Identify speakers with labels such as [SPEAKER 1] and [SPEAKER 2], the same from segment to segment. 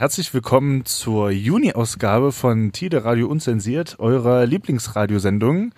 [SPEAKER 1] Herzlich willkommen zur Juni-Ausgabe von Tide Radio Unzensiert, eurer Lieblingsradiosendung.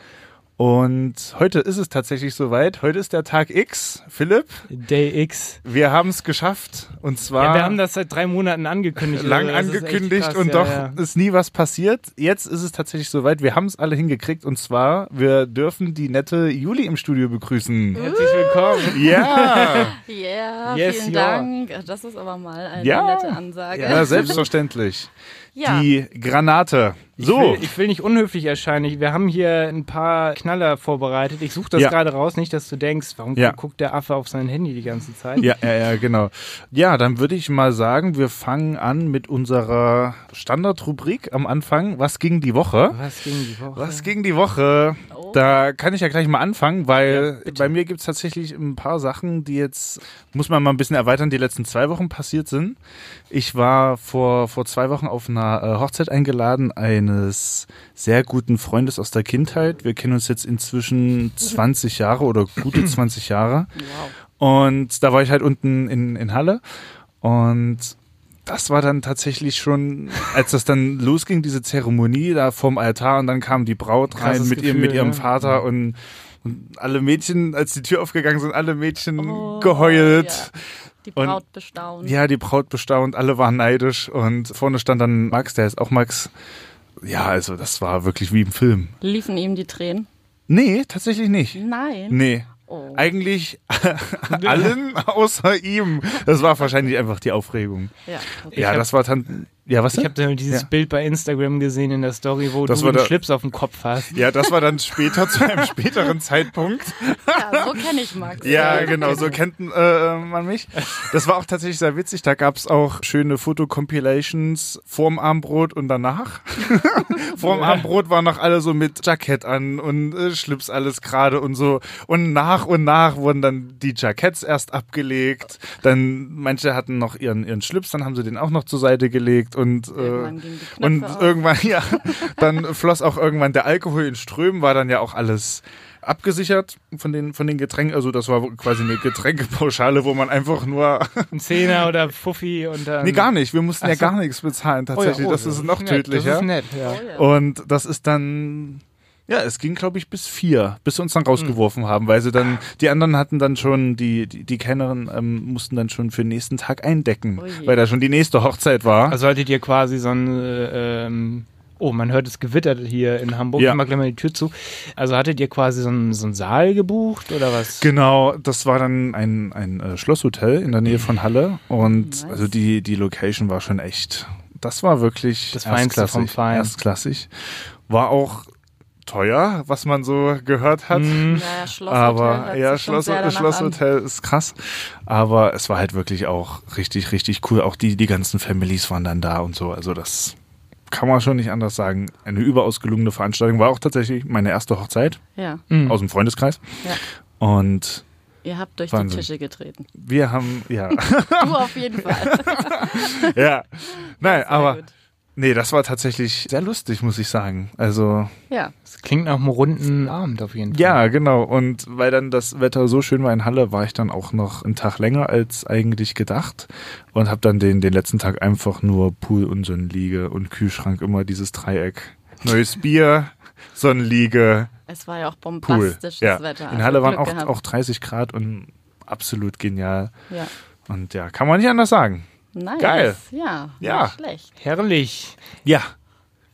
[SPEAKER 1] Und heute ist es tatsächlich soweit. Heute ist der Tag X, Philipp.
[SPEAKER 2] Day X.
[SPEAKER 1] Wir haben es geschafft. Und zwar.
[SPEAKER 2] Ja, wir haben das seit drei Monaten angekündigt.
[SPEAKER 1] Lang
[SPEAKER 2] also, das ist echt
[SPEAKER 1] angekündigt
[SPEAKER 2] krass,
[SPEAKER 1] und
[SPEAKER 2] ja,
[SPEAKER 1] doch
[SPEAKER 2] ja.
[SPEAKER 1] ist nie was passiert. Jetzt ist es tatsächlich soweit. Wir haben es alle hingekriegt. Und zwar, wir dürfen die nette Juli im Studio begrüßen.
[SPEAKER 2] Herzlich willkommen.
[SPEAKER 1] Ja!
[SPEAKER 3] Ja,
[SPEAKER 2] Yes,
[SPEAKER 3] vielen
[SPEAKER 2] ja.
[SPEAKER 3] Dank. Das ist aber mal eine
[SPEAKER 1] Ja.
[SPEAKER 3] nette Ansage.
[SPEAKER 1] Ja, selbstverständlich.
[SPEAKER 3] Ja.
[SPEAKER 1] Die Granate. So.
[SPEAKER 2] Ich will, ich will nicht unhöflich erscheinen. Ich- Wir haben hier ein paar Knaller vorbereitet. Ich suche das
[SPEAKER 1] Ja.
[SPEAKER 2] gerade raus, nicht, dass du denkst, warum
[SPEAKER 1] Ja.
[SPEAKER 2] guckt der Affe auf sein Handy die ganze Zeit?
[SPEAKER 1] Ja, ja, ja, genau. Ja, dann würde ich mal sagen, wir fangen an mit unserer Standardrubrik am Anfang. Was ging die Woche?
[SPEAKER 2] Was ging die Woche?
[SPEAKER 1] Was ging die Woche? Da kann ich ja gleich mal anfangen, weil bei mir gibt's tatsächlich ein paar Sachen, die jetzt, muss man mal ein bisschen erweitern, die letzten zwei Wochen passiert sind. Ich war vor, vor zwei Wochen auf einer äh, Hochzeit eingeladen eines sehr guten Freundes aus der Kindheit. Wir kennen uns jetzt inzwischen 20 Jahre oder gute 20 Jahre. Und da war ich halt unten in, in Halle und das war dann tatsächlich schon, als das dann losging, diese Zeremonie da vorm Altar und dann kam die Braut rein
[SPEAKER 2] Krasses
[SPEAKER 1] mit, ihrem, mit
[SPEAKER 2] Gefühl,
[SPEAKER 1] ihrem
[SPEAKER 2] ne?
[SPEAKER 1] Vater und, und alle Mädchen, als die Tür aufgegangen sind, alle Mädchen geheult.
[SPEAKER 3] Die
[SPEAKER 1] Und-
[SPEAKER 3] Braut bestaunen.
[SPEAKER 1] Ja, die Braut bestaunt, alle waren neidisch und vorne stand dann Max, der ist auch Max. Ja, also das war wirklich wie im Film.
[SPEAKER 3] Liefen ihm die Tränen?
[SPEAKER 1] Nee, tatsächlich nicht.
[SPEAKER 3] Nein.
[SPEAKER 1] Nee.
[SPEAKER 3] Oh.
[SPEAKER 1] Eigentlich allen außer ihm. Das war wahrscheinlich einfach die Aufregung.
[SPEAKER 3] Ja, okay.
[SPEAKER 1] ja,
[SPEAKER 2] hab-
[SPEAKER 1] das war dann. Ja, was?
[SPEAKER 2] Ich
[SPEAKER 1] denn?
[SPEAKER 2] habe dieses
[SPEAKER 1] Ja.
[SPEAKER 2] Bild bei Instagram gesehen in der Story, wo
[SPEAKER 1] Das
[SPEAKER 2] du
[SPEAKER 1] war
[SPEAKER 2] einen
[SPEAKER 1] der-
[SPEAKER 2] Schlips auf dem Kopf hast.
[SPEAKER 1] Ja, das war dann später zu einem späteren Zeitpunkt.
[SPEAKER 3] ja so kenne ich Max.
[SPEAKER 1] Ja, genau, so kennt äh, man mich. Das war auch tatsächlich sehr witzig. Da gab's auch schöne Fotocompilations vorm Armbrot und danach. vorm Armbrot waren noch alle so mit Jackett an und äh, Schlips alles gerade und so. Und nach und nach wurden dann die Jacketts erst abgelegt. Dann manche hatten noch ihren, ihren Schlips, dann haben sie den auch noch zur Seite gelegt und
[SPEAKER 3] Irgendwann
[SPEAKER 1] äh,
[SPEAKER 3] gingen die Knöpfe
[SPEAKER 1] und
[SPEAKER 3] auf.
[SPEAKER 1] irgendwann, ja, dann floss auch irgendwann der Alkohol in Strömen, war dann ja auch alles abgesichert von den, von den Getränken. Also das war quasi eine Getränkepauschale, wo man einfach nur,
[SPEAKER 2] Ein Zehner oder Fuffi und dann...
[SPEAKER 1] nee, gar nicht, wir mussten ja
[SPEAKER 2] Ach so.
[SPEAKER 1] gar nichts bezahlen
[SPEAKER 2] Oh ja,
[SPEAKER 1] tatsächlich.
[SPEAKER 2] oh,
[SPEAKER 1] das, ist noch
[SPEAKER 2] nett, Das
[SPEAKER 1] tödlicher.
[SPEAKER 2] ist nett, ja.
[SPEAKER 3] Oh, ja.
[SPEAKER 1] Und das ist dann, ja, es ging, glaube ich, bis vier, bis sie uns
[SPEAKER 3] Mhm.
[SPEAKER 1] dann rausgeworfen haben, weil sie
[SPEAKER 3] Ah.
[SPEAKER 1] dann, die anderen hatten dann schon, die, die, die Kennerin ähm, mussten dann schon für den nächsten Tag eindecken,
[SPEAKER 3] Oh je.
[SPEAKER 1] weil da schon die nächste Hochzeit war.
[SPEAKER 2] Also hattet ihr quasi so ein, äh, ähm, oh, man hört es gewittert hier in Hamburg.
[SPEAKER 1] Ja.
[SPEAKER 2] Ich mach gleich mal die Tür zu. Also hattet ihr quasi so einen, so einen Saal gebucht oder was?
[SPEAKER 1] Genau, das war dann ein, ein äh, Schlosshotel in der Nähe von Halle und also die, die Location war schon echt, das war wirklich
[SPEAKER 2] Das Feinste vom Fein.
[SPEAKER 1] erstklassig. War auch teuer, was man so gehört hat.
[SPEAKER 2] Mhm.
[SPEAKER 3] Ja, ja, Schlosshotel
[SPEAKER 1] Aber
[SPEAKER 3] hört
[SPEAKER 1] ja,
[SPEAKER 3] sich schon
[SPEAKER 1] Schloss,
[SPEAKER 3] sehr danach an.
[SPEAKER 1] Schlosshotel ist krass. Aber es war halt wirklich auch richtig, richtig cool. Auch die, die ganzen Families waren dann da und so. Also das kann man schon nicht anders sagen. Eine überaus gelungene Veranstaltung. War auch tatsächlich meine erste Hochzeit
[SPEAKER 3] Ja,
[SPEAKER 1] aus dem Freundeskreis.
[SPEAKER 3] ja.
[SPEAKER 1] Und
[SPEAKER 3] Ihr habt durch
[SPEAKER 1] Wahnsinn.
[SPEAKER 3] die Tische getreten.
[SPEAKER 1] wir haben, ja,
[SPEAKER 3] Du auf jeden Fall.
[SPEAKER 1] ja. Nein, aber,
[SPEAKER 3] gut.
[SPEAKER 1] nee, das war tatsächlich sehr lustig, muss ich sagen. Also,
[SPEAKER 3] Ja,
[SPEAKER 2] Das klingt nach einem runden Abend auf jeden Fall.
[SPEAKER 1] Ja, genau. Und weil dann das Wetter so schön war in Halle, war ich dann auch noch einen Tag länger als eigentlich gedacht und habe dann den, den letzten Tag einfach nur Pool und Sonnenliege und Kühlschrank immer dieses Dreieck. Neues Bier, Sonnenliege,
[SPEAKER 3] es war ja auch
[SPEAKER 1] Pool.
[SPEAKER 3] bombastisches
[SPEAKER 1] Ja.
[SPEAKER 3] Wetter.
[SPEAKER 1] In Halle
[SPEAKER 3] Also
[SPEAKER 1] waren
[SPEAKER 3] Glück
[SPEAKER 1] auch,
[SPEAKER 3] gehabt.
[SPEAKER 1] auch 30 Grad und absolut genial.
[SPEAKER 3] Ja.
[SPEAKER 1] Und ja, kann man nicht anders sagen.
[SPEAKER 3] Nice.
[SPEAKER 1] Geil.
[SPEAKER 3] Ja,
[SPEAKER 1] Ja.
[SPEAKER 3] nicht schlecht.
[SPEAKER 2] Herrlich.
[SPEAKER 1] Ja,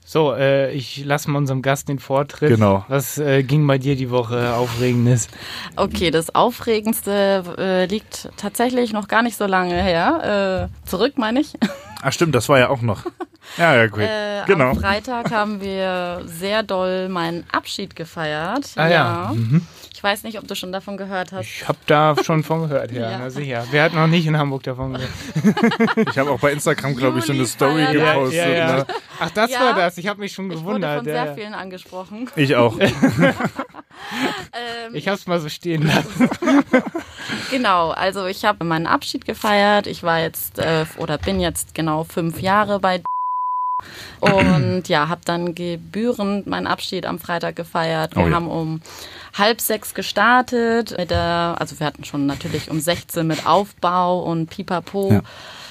[SPEAKER 2] So, äh, ich lasse mal unserem Gast den Vortritt.
[SPEAKER 1] Genau.
[SPEAKER 2] Was äh, ging bei dir die Woche Aufregendes?
[SPEAKER 3] Okay, das Aufregendste äh, liegt tatsächlich noch gar nicht so lange her. Äh, zurück, meine ich.
[SPEAKER 1] ach Ah, stimmt, das war ja auch noch. Ja, ja, cool.
[SPEAKER 3] Äh,
[SPEAKER 1] genau.
[SPEAKER 3] Am Freitag haben wir sehr doll meinen Abschied gefeiert.
[SPEAKER 2] Ah, ja.
[SPEAKER 3] Ich weiß nicht, ob du schon davon gehört hast.
[SPEAKER 2] Ich habe da schon von gehört, ja,
[SPEAKER 3] Ja.
[SPEAKER 2] na sicher. Wer hat noch nicht in Hamburg davon gehört?
[SPEAKER 1] Ich habe auch bei Instagram, glaube ich, so eine
[SPEAKER 3] Juli
[SPEAKER 1] Story
[SPEAKER 3] feiert ab.
[SPEAKER 1] gepostet.
[SPEAKER 2] ja, ja.
[SPEAKER 1] Ne?
[SPEAKER 2] Ach, das
[SPEAKER 3] Ja.
[SPEAKER 2] war das. Ich habe mich schon
[SPEAKER 3] Ich wurde
[SPEAKER 2] gewundert.
[SPEAKER 3] von
[SPEAKER 2] ja,
[SPEAKER 3] sehr
[SPEAKER 2] ja.
[SPEAKER 3] vielen angesprochen.
[SPEAKER 1] Ich auch.
[SPEAKER 3] Ähm,
[SPEAKER 2] Ich habe es mal so stehen lassen.
[SPEAKER 3] genau, also ich habe meinen Abschied gefeiert. Ich war jetzt äh, oder bin jetzt genau fünf Jahre bei und ja, habe dann gebührend meinen Abschied am Freitag gefeiert. Wir
[SPEAKER 1] Oh ja.
[SPEAKER 3] haben um halb sechs gestartet. Mit der, also wir hatten schon natürlich um 16 mit Aufbau und Pipapo.
[SPEAKER 1] Ja.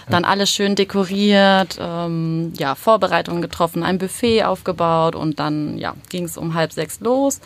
[SPEAKER 3] Dann alles schön dekoriert, ähm, ja, Vorbereitungen getroffen, ein Buffet aufgebaut und dann ja, ging es um halb sechs los.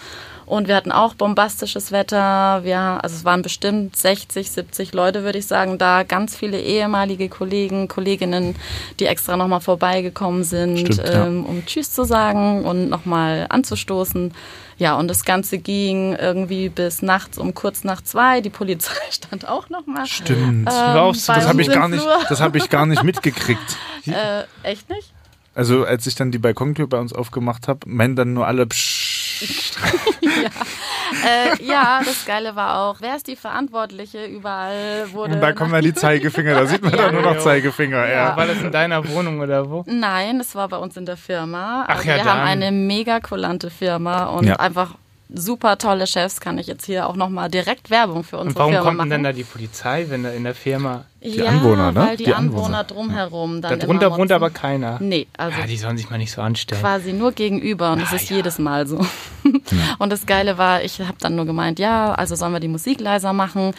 [SPEAKER 3] Und wir hatten auch bombastisches Wetter. Wir, also es waren bestimmt 60, 70 Leute, würde ich sagen, da. Ganz viele ehemalige Kollegen, Kolleginnen, die extra nochmal vorbeigekommen sind,
[SPEAKER 1] Stimmt, ja.
[SPEAKER 3] ähm, um Tschüss zu sagen und nochmal anzustoßen. Ja, und das Ganze ging irgendwie bis nachts um kurz nach zwei. Die Polizei stand auch nochmal.
[SPEAKER 1] Stimmt.
[SPEAKER 2] war auch so-
[SPEAKER 3] Ähm, bei
[SPEAKER 1] das habe
[SPEAKER 3] uns
[SPEAKER 1] ich gar
[SPEAKER 3] im
[SPEAKER 1] nicht,
[SPEAKER 3] Flur.
[SPEAKER 1] das habe ich gar nicht mitgekriegt.
[SPEAKER 3] Äh, echt nicht?
[SPEAKER 1] Also als ich dann die Balkontür bei uns aufgemacht habe, meinen dann nur alle Psch.
[SPEAKER 3] Äh, ja, das Geile war auch, wer ist die Verantwortliche? Überall wurde.
[SPEAKER 1] Und da kommen ja die Zeigefinger, da sieht man dann nur noch Zeigefinger. Ja.
[SPEAKER 2] War das in deiner Wohnung oder wo?
[SPEAKER 3] Nein, es war bei uns in der Firma.
[SPEAKER 2] Ach
[SPEAKER 3] Also
[SPEAKER 2] ja,
[SPEAKER 3] wir
[SPEAKER 2] dann.
[SPEAKER 3] haben eine mega kulante Firma und
[SPEAKER 1] Ja.
[SPEAKER 3] einfach super tolle Chefs. Kann ich jetzt hier auch nochmal direkt Werbung für
[SPEAKER 2] Und
[SPEAKER 3] unsere
[SPEAKER 2] warum
[SPEAKER 3] Firma
[SPEAKER 2] kommt
[SPEAKER 3] machen?
[SPEAKER 2] denn dann da die Polizei, wenn da in der Firma.
[SPEAKER 3] die
[SPEAKER 1] Anwohner, ne?
[SPEAKER 3] Weil die,
[SPEAKER 1] Die
[SPEAKER 3] Anwohner,
[SPEAKER 1] Anwohner.
[SPEAKER 3] drumherum dann
[SPEAKER 2] Darunter
[SPEAKER 3] immer
[SPEAKER 2] wohnt
[SPEAKER 3] motzen.
[SPEAKER 2] aber keiner.
[SPEAKER 3] Nee, also
[SPEAKER 2] Ja, die sollen sich mal nicht so anstellen.
[SPEAKER 3] quasi nur gegenüber und
[SPEAKER 1] Ah,
[SPEAKER 3] es ist jedes Mal so. Und das Geile war, ich habe dann nur gemeint, ja, also sollen wir die Musik leiser machen?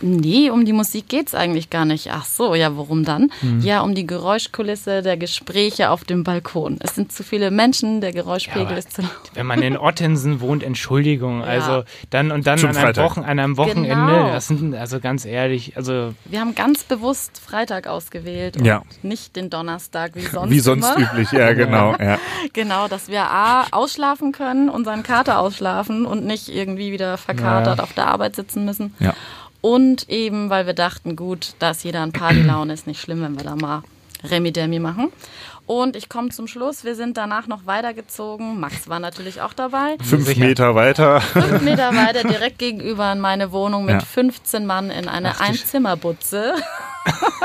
[SPEAKER 3] Nee, um die Musik geht's eigentlich gar nicht. Ach so, ja, worum dann?
[SPEAKER 1] Mhm.
[SPEAKER 3] Ja, um die Geräuschkulisse der Gespräche auf dem Balkon. Es sind zu viele Menschen, der Geräuschpegel
[SPEAKER 2] Ja, aber
[SPEAKER 3] ist zu laut.
[SPEAKER 2] Wenn man in Ottensen wohnt, Entschuldigung. Also dann und dann
[SPEAKER 1] Zum
[SPEAKER 2] an einem,
[SPEAKER 1] Freitag.
[SPEAKER 2] Wochen, an einem Wochenende.
[SPEAKER 3] Genau.
[SPEAKER 2] Das sind also ganz ehrlich, also
[SPEAKER 3] Wir haben ganz bewusst Freitag ausgewählt und
[SPEAKER 1] Ja.
[SPEAKER 3] nicht den Donnerstag wie sonst.
[SPEAKER 1] Wie sonst
[SPEAKER 3] immer.
[SPEAKER 1] üblich, ja genau. Ja.
[SPEAKER 3] Genau, dass wir A, ausschlafen können, unseren Kater ausschlafen und nicht irgendwie wieder verkatert
[SPEAKER 2] Ja.
[SPEAKER 3] auf der Arbeit sitzen müssen.
[SPEAKER 1] Ja.
[SPEAKER 3] Und eben, weil wir dachten, gut, da ist jeder in Partylaune, ist nicht schlimm, wenn wir da mal Remi-Demi machen. Und ich komme zum Schluss, wir sind danach noch weitergezogen. Max war natürlich auch dabei.
[SPEAKER 1] Fünf
[SPEAKER 2] Sicher.
[SPEAKER 1] Meter weiter.
[SPEAKER 3] Fünf Meter weiter direkt gegenüber in meine Wohnung mit
[SPEAKER 1] Ja.
[SPEAKER 3] 15 Mann in einer Einzimmerbutze.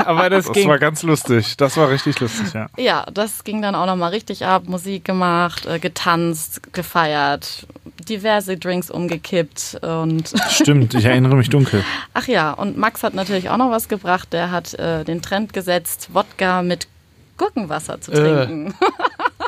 [SPEAKER 2] aber das,
[SPEAKER 1] Das
[SPEAKER 2] ging.
[SPEAKER 1] war ganz lustig. Das war richtig lustig, ja.
[SPEAKER 3] Ja, das ging dann auch nochmal richtig ab. Musik gemacht, äh, getanzt, gefeiert, diverse Drinks umgekippt und
[SPEAKER 1] Stimmt, ich erinnere mich dunkel.
[SPEAKER 3] ach ja, und Max hat natürlich auch noch was gebracht. Der hat äh, den Trend gesetzt, Wodka mit Gurkenwasser zu
[SPEAKER 2] Äh.
[SPEAKER 3] trinken.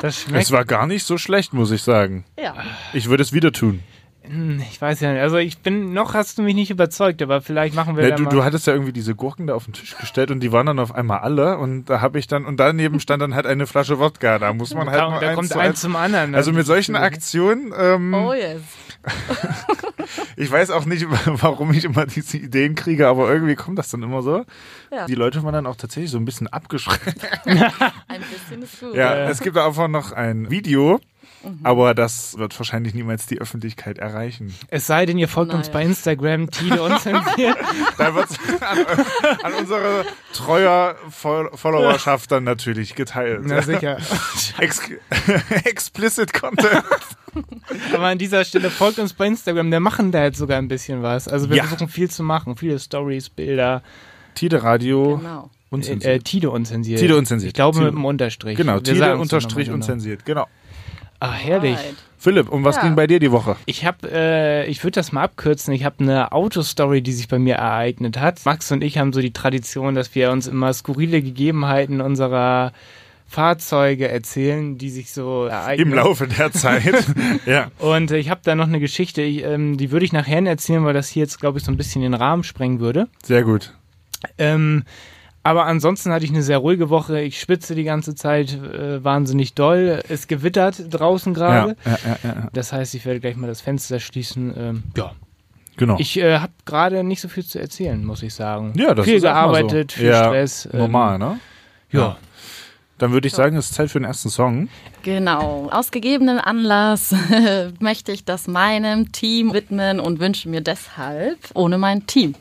[SPEAKER 2] Das schmeckt.
[SPEAKER 1] Es war gar nicht so schlecht, muss ich sagen.
[SPEAKER 3] ja.
[SPEAKER 1] Ich würde es wieder tun.
[SPEAKER 2] Hm, ich weiß ja nicht. Also ich bin noch hast du mich nicht überzeugt, aber vielleicht machen wir
[SPEAKER 1] Ja,
[SPEAKER 2] da
[SPEAKER 1] Ne, du,
[SPEAKER 2] mal.
[SPEAKER 1] du hattest ja irgendwie diese Gurken da auf den Tisch gestellt und die waren dann auf einmal alle und da habe ich dann und daneben stand dann halt eine Flasche Wodka. Da muss man halt
[SPEAKER 2] da
[SPEAKER 1] mal
[SPEAKER 2] da
[SPEAKER 1] eins
[SPEAKER 2] kommt
[SPEAKER 1] zu
[SPEAKER 2] eins
[SPEAKER 1] eins.
[SPEAKER 2] zum anderen.
[SPEAKER 1] Also mit solchen Aktionen, ähm,
[SPEAKER 3] Oh yes.
[SPEAKER 1] ich weiß auch nicht, warum ich immer diese Ideen kriege, aber irgendwie kommt das dann immer so.
[SPEAKER 3] Ja.
[SPEAKER 1] Die Leute waren dann auch tatsächlich so ein bisschen abgeschreckt.
[SPEAKER 3] Ein bisschen ist gut.
[SPEAKER 1] Ja,
[SPEAKER 2] Ja.
[SPEAKER 1] es gibt einfach noch ein Video,
[SPEAKER 3] Mhm.
[SPEAKER 1] aber das wird wahrscheinlich niemals die Öffentlichkeit erreichen.
[SPEAKER 2] Es sei denn, ihr folgt uns
[SPEAKER 3] Naja.
[SPEAKER 2] bei Instagram, Tide unzensiert.
[SPEAKER 1] Da wird es an, an unsere treue Fol- Followerschaft dann natürlich geteilt.
[SPEAKER 2] Na sicher.
[SPEAKER 1] Ex explicit Content.
[SPEAKER 2] Aber an dieser Stelle folgt uns bei Instagram. Wir machen da jetzt sogar ein bisschen was. Also wir
[SPEAKER 1] Ja.
[SPEAKER 2] versuchen viel zu machen. Viele Stories, Bilder.
[SPEAKER 1] Tide Radio
[SPEAKER 3] Genau.
[SPEAKER 2] Äh, äh, Tide unzensiert.
[SPEAKER 1] Tide unzensiert.
[SPEAKER 2] Ich glaube
[SPEAKER 1] Tide-
[SPEAKER 2] mit dem Unterstrich.
[SPEAKER 1] genau,
[SPEAKER 2] Wir sagen
[SPEAKER 1] Tide
[SPEAKER 2] es
[SPEAKER 1] unterstrich
[SPEAKER 2] nochmal genau.
[SPEAKER 1] unzensiert. Genau.
[SPEAKER 2] Ah, herrlich.
[SPEAKER 3] Alright.
[SPEAKER 1] Philipp, um was
[SPEAKER 3] Ja.
[SPEAKER 1] ging bei dir die Woche?
[SPEAKER 2] Ich habe, äh, ich würde das mal abkürzen. Ich habe eine Autostory, die sich bei mir ereignet hat. Max und ich haben so die Tradition, dass wir uns immer skurrile Gegebenheiten unserer Fahrzeuge erzählen, die sich so ereignen.
[SPEAKER 1] Im Laufe der Zeit. ja.
[SPEAKER 2] Und äh, ich habe da noch eine Geschichte, ich, ähm, die würde ich nachher erzählen, weil das hier jetzt, glaube ich, so ein bisschen den Rahmen sprengen würde.
[SPEAKER 1] Sehr gut.
[SPEAKER 2] Ähm, aber ansonsten hatte ich eine sehr ruhige Woche. Ich schwitze die ganze Zeit äh, wahnsinnig doll. Es gewittert draußen gerade.
[SPEAKER 1] ja, ja, ja.
[SPEAKER 2] Das heißt, ich werde gleich mal das Fenster schließen. Ähm, ja.
[SPEAKER 1] Genau.
[SPEAKER 2] Ich äh, habe gerade nicht so viel zu erzählen, muss ich sagen.
[SPEAKER 1] ja, das
[SPEAKER 2] viel
[SPEAKER 1] ist erstmal
[SPEAKER 2] gearbeitet,
[SPEAKER 1] so.
[SPEAKER 2] viel
[SPEAKER 1] ja,
[SPEAKER 2] Stress. ähm,
[SPEAKER 1] Normal, ne?
[SPEAKER 2] Ja.
[SPEAKER 1] Dann würde ich sagen, es ist Zeit für den ersten Song.
[SPEAKER 3] Genau. Aus gegebenem Anlass möchte ich das meinem Team widmen und wünsche mir deshalb ohne mein Team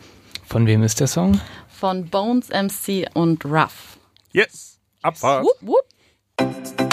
[SPEAKER 2] Von wem ist der Song?
[SPEAKER 3] von Bones MC und Ruff.
[SPEAKER 1] Yes. Abfahrt.
[SPEAKER 3] Wupp, wupp.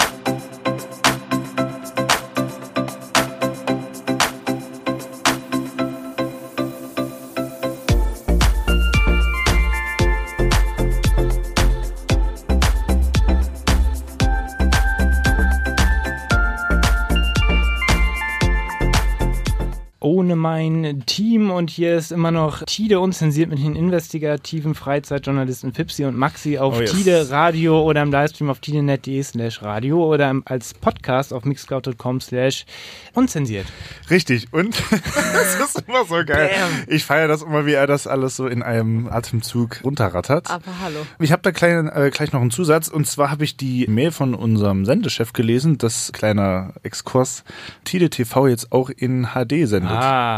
[SPEAKER 2] Ohne mein ein Team und hier ist immer noch Tide unzensiert mit den investigativen Freizeitjournalisten Fipsi und Maxi auf
[SPEAKER 1] Oh yes.
[SPEAKER 2] Tide Radio oder im Livestream auf tidenet.de slash radio oder im, als Podcast auf mixcloud.com slash unzensiert.
[SPEAKER 1] Richtig. Und das ist immer so geil. Ich feiere das immer, wie er das alles so in einem Atemzug runterrattert.
[SPEAKER 3] Aber hallo.
[SPEAKER 1] Ich habe da klein, äh, gleich noch einen Zusatz. Und zwar habe ich die Mail von unserem Sendechef gelesen, dass kleiner Exkurs Tide TV jetzt auch in HD sendet.
[SPEAKER 2] Ah.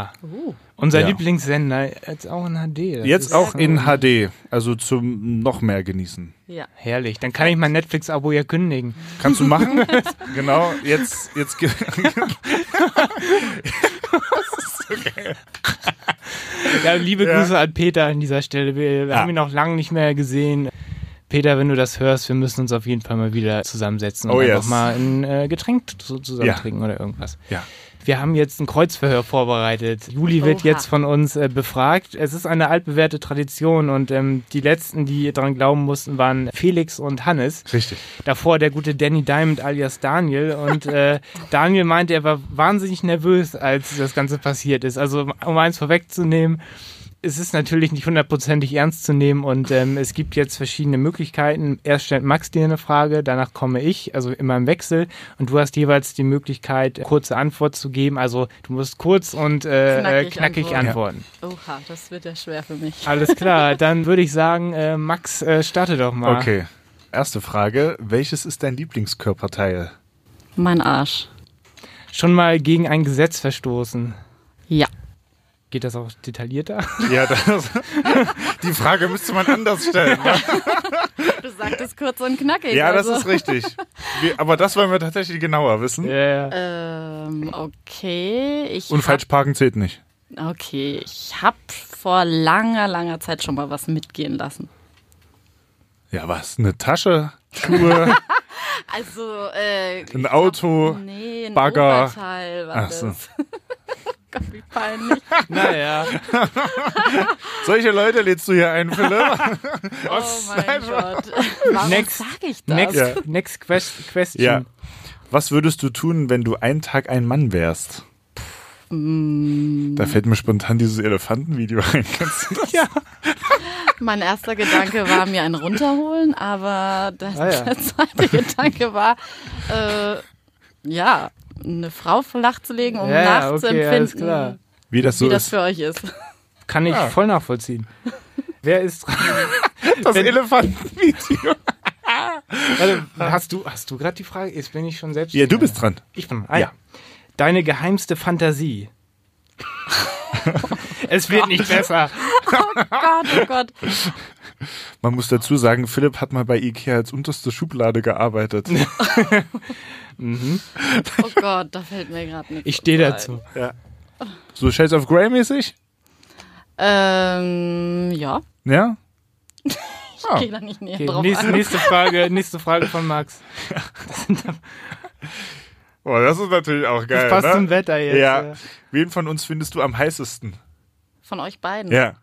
[SPEAKER 2] Unser
[SPEAKER 1] Ja.
[SPEAKER 2] Lieblingssender jetzt auch in HD. Das
[SPEAKER 1] jetzt
[SPEAKER 2] ist
[SPEAKER 1] auch
[SPEAKER 2] so
[SPEAKER 1] in HD. Also zum noch mehr genießen.
[SPEAKER 3] Ja.
[SPEAKER 2] Herrlich. Dann kann ich mein Netflix-Abo ja kündigen.
[SPEAKER 1] Kannst du machen? genau. Jetzt, jetzt. ge-
[SPEAKER 2] Ja, liebe
[SPEAKER 1] Ja.
[SPEAKER 2] Grüße an Peter an dieser Stelle. Wir
[SPEAKER 1] Ja.
[SPEAKER 2] haben ihn noch lange nicht mehr gesehen. Peter, wenn du das hörst, wir müssen uns auf jeden Fall mal wieder zusammensetzen und
[SPEAKER 1] Oh,
[SPEAKER 2] einfach
[SPEAKER 1] yes.
[SPEAKER 2] mal ein äh, Getränk zu- zusammen
[SPEAKER 1] Ja.
[SPEAKER 2] trinken oder irgendwas.
[SPEAKER 1] ja.
[SPEAKER 2] Wir haben jetzt ein Kreuzverhör vorbereitet. Juli wird
[SPEAKER 3] Oha.
[SPEAKER 2] jetzt von uns äh, befragt. Es ist eine altbewährte Tradition und ähm, die letzten, die daran glauben mussten, waren Felix und Hannes.
[SPEAKER 1] Richtig.
[SPEAKER 2] Davor der gute Danny Diamond alias Daniel. Und äh, Daniel meinte, er war wahnsinnig nervös, als das Ganze passiert ist. Also um eins vorwegzunehmen, es ist natürlich nicht hundertprozentig ernst zu nehmen und ähm, es gibt jetzt verschiedene Möglichkeiten. Erst stellt Max dir eine Frage, danach komme ich, also immer im Wechsel und du hast jeweils die Möglichkeit, kurze Antwort zu geben. Also du musst kurz und äh,
[SPEAKER 3] Knackig
[SPEAKER 2] knackig, knackig
[SPEAKER 3] antworten.
[SPEAKER 2] antworten.
[SPEAKER 3] Oha, das wird ja schwer für mich.
[SPEAKER 2] Alles klar, dann würde ich sagen, äh, Max, äh, starte doch mal.
[SPEAKER 1] Ah. Okay. Erste Frage. Welches ist dein Lieblingskörperteil?
[SPEAKER 3] Mein Arsch.
[SPEAKER 2] Schon mal gegen ein Gesetz verstoßen.
[SPEAKER 3] Ja.
[SPEAKER 2] Geht das auch detaillierter?
[SPEAKER 1] Ja, das, die Frage müsste man anders stellen. Ne?
[SPEAKER 3] Du sagtest kurz und knackig.
[SPEAKER 1] Ja, das
[SPEAKER 3] also.
[SPEAKER 1] ist richtig. Wir, aber das wollen wir tatsächlich genauer wissen.
[SPEAKER 2] Ja.
[SPEAKER 3] Ähm, okay. Ich
[SPEAKER 1] Und falsch parken zählt nicht.
[SPEAKER 3] Hab, okay, ich habe vor langer, langer Zeit schon mal was mitgehen lassen.
[SPEAKER 1] Ja, was? Eine Tasche, Schuhe,
[SPEAKER 3] Also, äh,
[SPEAKER 1] ein Auto.
[SPEAKER 3] nee, ein
[SPEAKER 1] Bagger.
[SPEAKER 3] Oberteil war
[SPEAKER 1] Ach
[SPEAKER 3] das.
[SPEAKER 1] so.
[SPEAKER 3] Gott, wie peinlich.
[SPEAKER 2] Naja.
[SPEAKER 1] Solche Leute lädst du hier ein, Philipp.
[SPEAKER 3] Oh mein Gott. Warum
[SPEAKER 2] Next-
[SPEAKER 3] sag ich das?
[SPEAKER 2] Next,
[SPEAKER 1] Ja.
[SPEAKER 2] next quest, question.
[SPEAKER 1] Ja. Was würdest du tun, wenn du einen Tag ein Mann wärst?
[SPEAKER 3] Hm.
[SPEAKER 1] Da fällt mir spontan dieses Elefantenvideo ein. Kennst du das?
[SPEAKER 3] Mein erster Gedanke war, mir einen runterholen, aber der,
[SPEAKER 2] Ah, ja.
[SPEAKER 3] der zweite Gedanke war, äh, ja, eine Frau flach zu legen, um
[SPEAKER 2] Ja, ja,
[SPEAKER 3] nachzuempfinden,
[SPEAKER 2] okay, alles klar.
[SPEAKER 1] Wie das so
[SPEAKER 3] wie das
[SPEAKER 1] ist.
[SPEAKER 3] für euch ist.
[SPEAKER 2] Kann ich
[SPEAKER 1] Ja.
[SPEAKER 2] voll nachvollziehen. Wer ist dran?
[SPEAKER 1] Das Elefantenvideo.
[SPEAKER 2] Warte, hast du, hast du gerade die Frage? Jetzt bin ich schon selbst.
[SPEAKER 1] Ja, du bist dran.
[SPEAKER 2] Ich bin. Ah,
[SPEAKER 1] Ja.
[SPEAKER 2] ja. Deine geheimste Fantasie. es wird nicht besser.
[SPEAKER 3] Gott, oh Gott.
[SPEAKER 1] Man muss dazu sagen, Philipp hat mal bei Ikea als unterste Schublade gearbeitet.
[SPEAKER 3] Oh Gott, da fällt mir gerade nichts.
[SPEAKER 2] Ich stehe
[SPEAKER 3] ein.
[SPEAKER 2] dazu.
[SPEAKER 1] So Shades of Grey mäßig?
[SPEAKER 3] Ähm, ja.
[SPEAKER 1] Ja? Ah.
[SPEAKER 3] Ich gehe da nicht näher
[SPEAKER 2] Okay,
[SPEAKER 3] drauf
[SPEAKER 2] nächste,
[SPEAKER 3] ein.
[SPEAKER 2] nächste Frage, nächste Frage von Max.
[SPEAKER 1] Boah, das ist natürlich auch geil.
[SPEAKER 2] Das passt
[SPEAKER 1] ne?
[SPEAKER 2] zum Wetter jetzt.
[SPEAKER 1] Ja.
[SPEAKER 2] äh.
[SPEAKER 1] Wen von uns findest du am heißesten?
[SPEAKER 3] Von euch beiden.
[SPEAKER 1] Ja.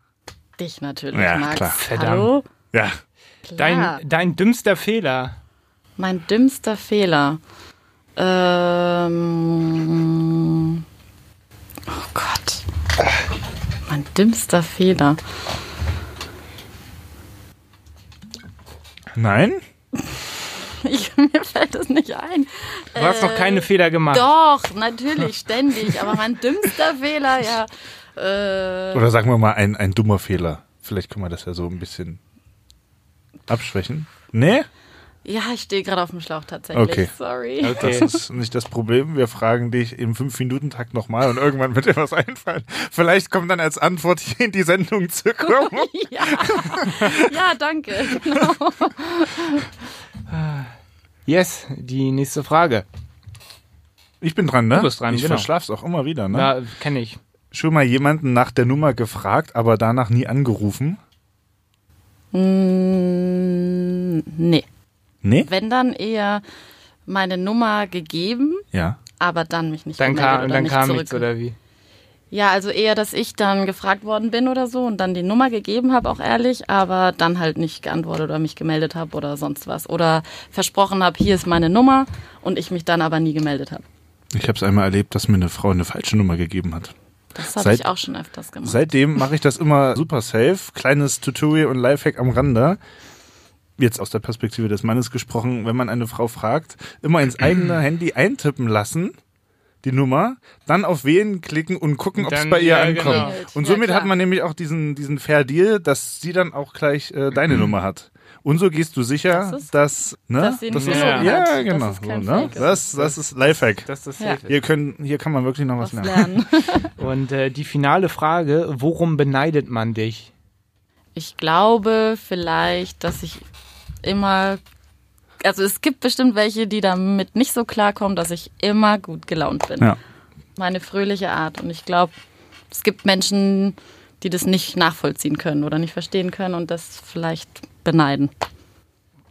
[SPEAKER 3] Dich natürlich,
[SPEAKER 1] Ja,
[SPEAKER 3] Max.
[SPEAKER 1] klar.
[SPEAKER 2] Verdammt.
[SPEAKER 3] Hallo?
[SPEAKER 1] Ja.
[SPEAKER 2] Dein,
[SPEAKER 3] Klar.
[SPEAKER 2] dein dümmster Fehler.
[SPEAKER 3] Mein dümmster Fehler. Ähm. Oh Gott. Mein dümmster Fehler.
[SPEAKER 1] Nein?
[SPEAKER 3] Ich, mir fällt das nicht ein. Äh,
[SPEAKER 2] Du hast noch keine Fehler gemacht.
[SPEAKER 3] Doch, natürlich, ständig. Aber mein dümmster Fehler, ja. Äh,
[SPEAKER 1] Oder sagen wir mal ein, ein dummer Fehler. Vielleicht können wir das ja so ein bisschen abschwächen. Nee?
[SPEAKER 3] ja, ich stehe gerade auf dem Schlauch tatsächlich.
[SPEAKER 1] Okay.
[SPEAKER 3] Sorry.
[SPEAKER 1] Das ist nicht das Problem. Wir fragen dich im 5-Minuten-Takt nochmal und irgendwann wird dir was einfallen. Vielleicht kommt dann als Antwort hier in die Sendung zu kommen.
[SPEAKER 3] Ja. ja, danke.
[SPEAKER 2] Yes, die nächste Frage.
[SPEAKER 1] Ich bin dran, ne?
[SPEAKER 2] Du bist dran,
[SPEAKER 1] ich
[SPEAKER 2] genau.
[SPEAKER 1] verschlaf's auch immer wieder, ne?
[SPEAKER 2] Na, kenne ich.
[SPEAKER 1] Schon mal jemanden nach der Nummer gefragt, aber danach nie angerufen?
[SPEAKER 3] Mm, nee.
[SPEAKER 1] Nee?
[SPEAKER 3] Wenn dann eher meine Nummer gegeben,
[SPEAKER 1] Ja.
[SPEAKER 3] aber dann mich nicht
[SPEAKER 2] Dann
[SPEAKER 3] gemeldet
[SPEAKER 2] kam,
[SPEAKER 3] oder
[SPEAKER 2] dann
[SPEAKER 3] nicht
[SPEAKER 2] kam
[SPEAKER 3] zurück. ne?
[SPEAKER 2] nichts, oder wie?
[SPEAKER 3] Ja, also eher, dass ich dann gefragt worden bin oder so und dann die Nummer gegeben habe, auch ehrlich, aber dann halt nicht geantwortet oder mich gemeldet habe oder sonst was. Oder versprochen habe, hier ist meine Nummer und ich mich dann aber nie gemeldet habe.
[SPEAKER 1] Ich habe es einmal erlebt, dass mir eine Frau eine falsche Nummer gegeben hat.
[SPEAKER 3] Das habe ich auch schon öfters gemacht.
[SPEAKER 1] Seitdem mache ich das immer super safe. Kleines Tutorial und Lifehack am Rande. Jetzt aus der Perspektive des Mannes gesprochen, wenn man eine Frau fragt, immer ins eigene Handy eintippen lassen, die Nummer, dann auf Wählen klicken und gucken, ob es
[SPEAKER 2] Dann-
[SPEAKER 1] bei ihr
[SPEAKER 2] ja,
[SPEAKER 1] ankommt.
[SPEAKER 2] genau.
[SPEAKER 1] Und
[SPEAKER 3] Ja,
[SPEAKER 1] somit
[SPEAKER 3] klar.
[SPEAKER 1] hat man nämlich auch diesen, diesen Fair Deal, dass sie dann auch gleich äh, deine Nummer hat. Und so gehst du sicher,
[SPEAKER 3] Das ist-
[SPEAKER 1] dass, ne,
[SPEAKER 3] dass sie
[SPEAKER 1] das
[SPEAKER 2] nicht
[SPEAKER 1] ist,
[SPEAKER 2] verloren
[SPEAKER 1] ja,
[SPEAKER 3] hat, dass
[SPEAKER 1] genau,
[SPEAKER 3] es
[SPEAKER 1] so,
[SPEAKER 3] kein
[SPEAKER 1] ne?
[SPEAKER 3] Fake ist.
[SPEAKER 1] das, das ist Lifehack.
[SPEAKER 2] Dass das
[SPEAKER 3] Ja.
[SPEAKER 2] safe
[SPEAKER 1] Hier können, hier kann man wirklich noch was,
[SPEAKER 3] Was
[SPEAKER 1] lernen.
[SPEAKER 3] lernen.
[SPEAKER 2] ist. Und äh, die finale Frage, worum beneidet man dich?
[SPEAKER 3] Ich glaube vielleicht, dass ich immer. Also es gibt bestimmt welche, die damit nicht so klarkommen, dass ich immer gut gelaunt bin.
[SPEAKER 1] Ja.
[SPEAKER 3] Meine fröhliche Art. Und ich glaube, es gibt Menschen, die das nicht nachvollziehen können oder nicht verstehen können und das vielleicht beneiden.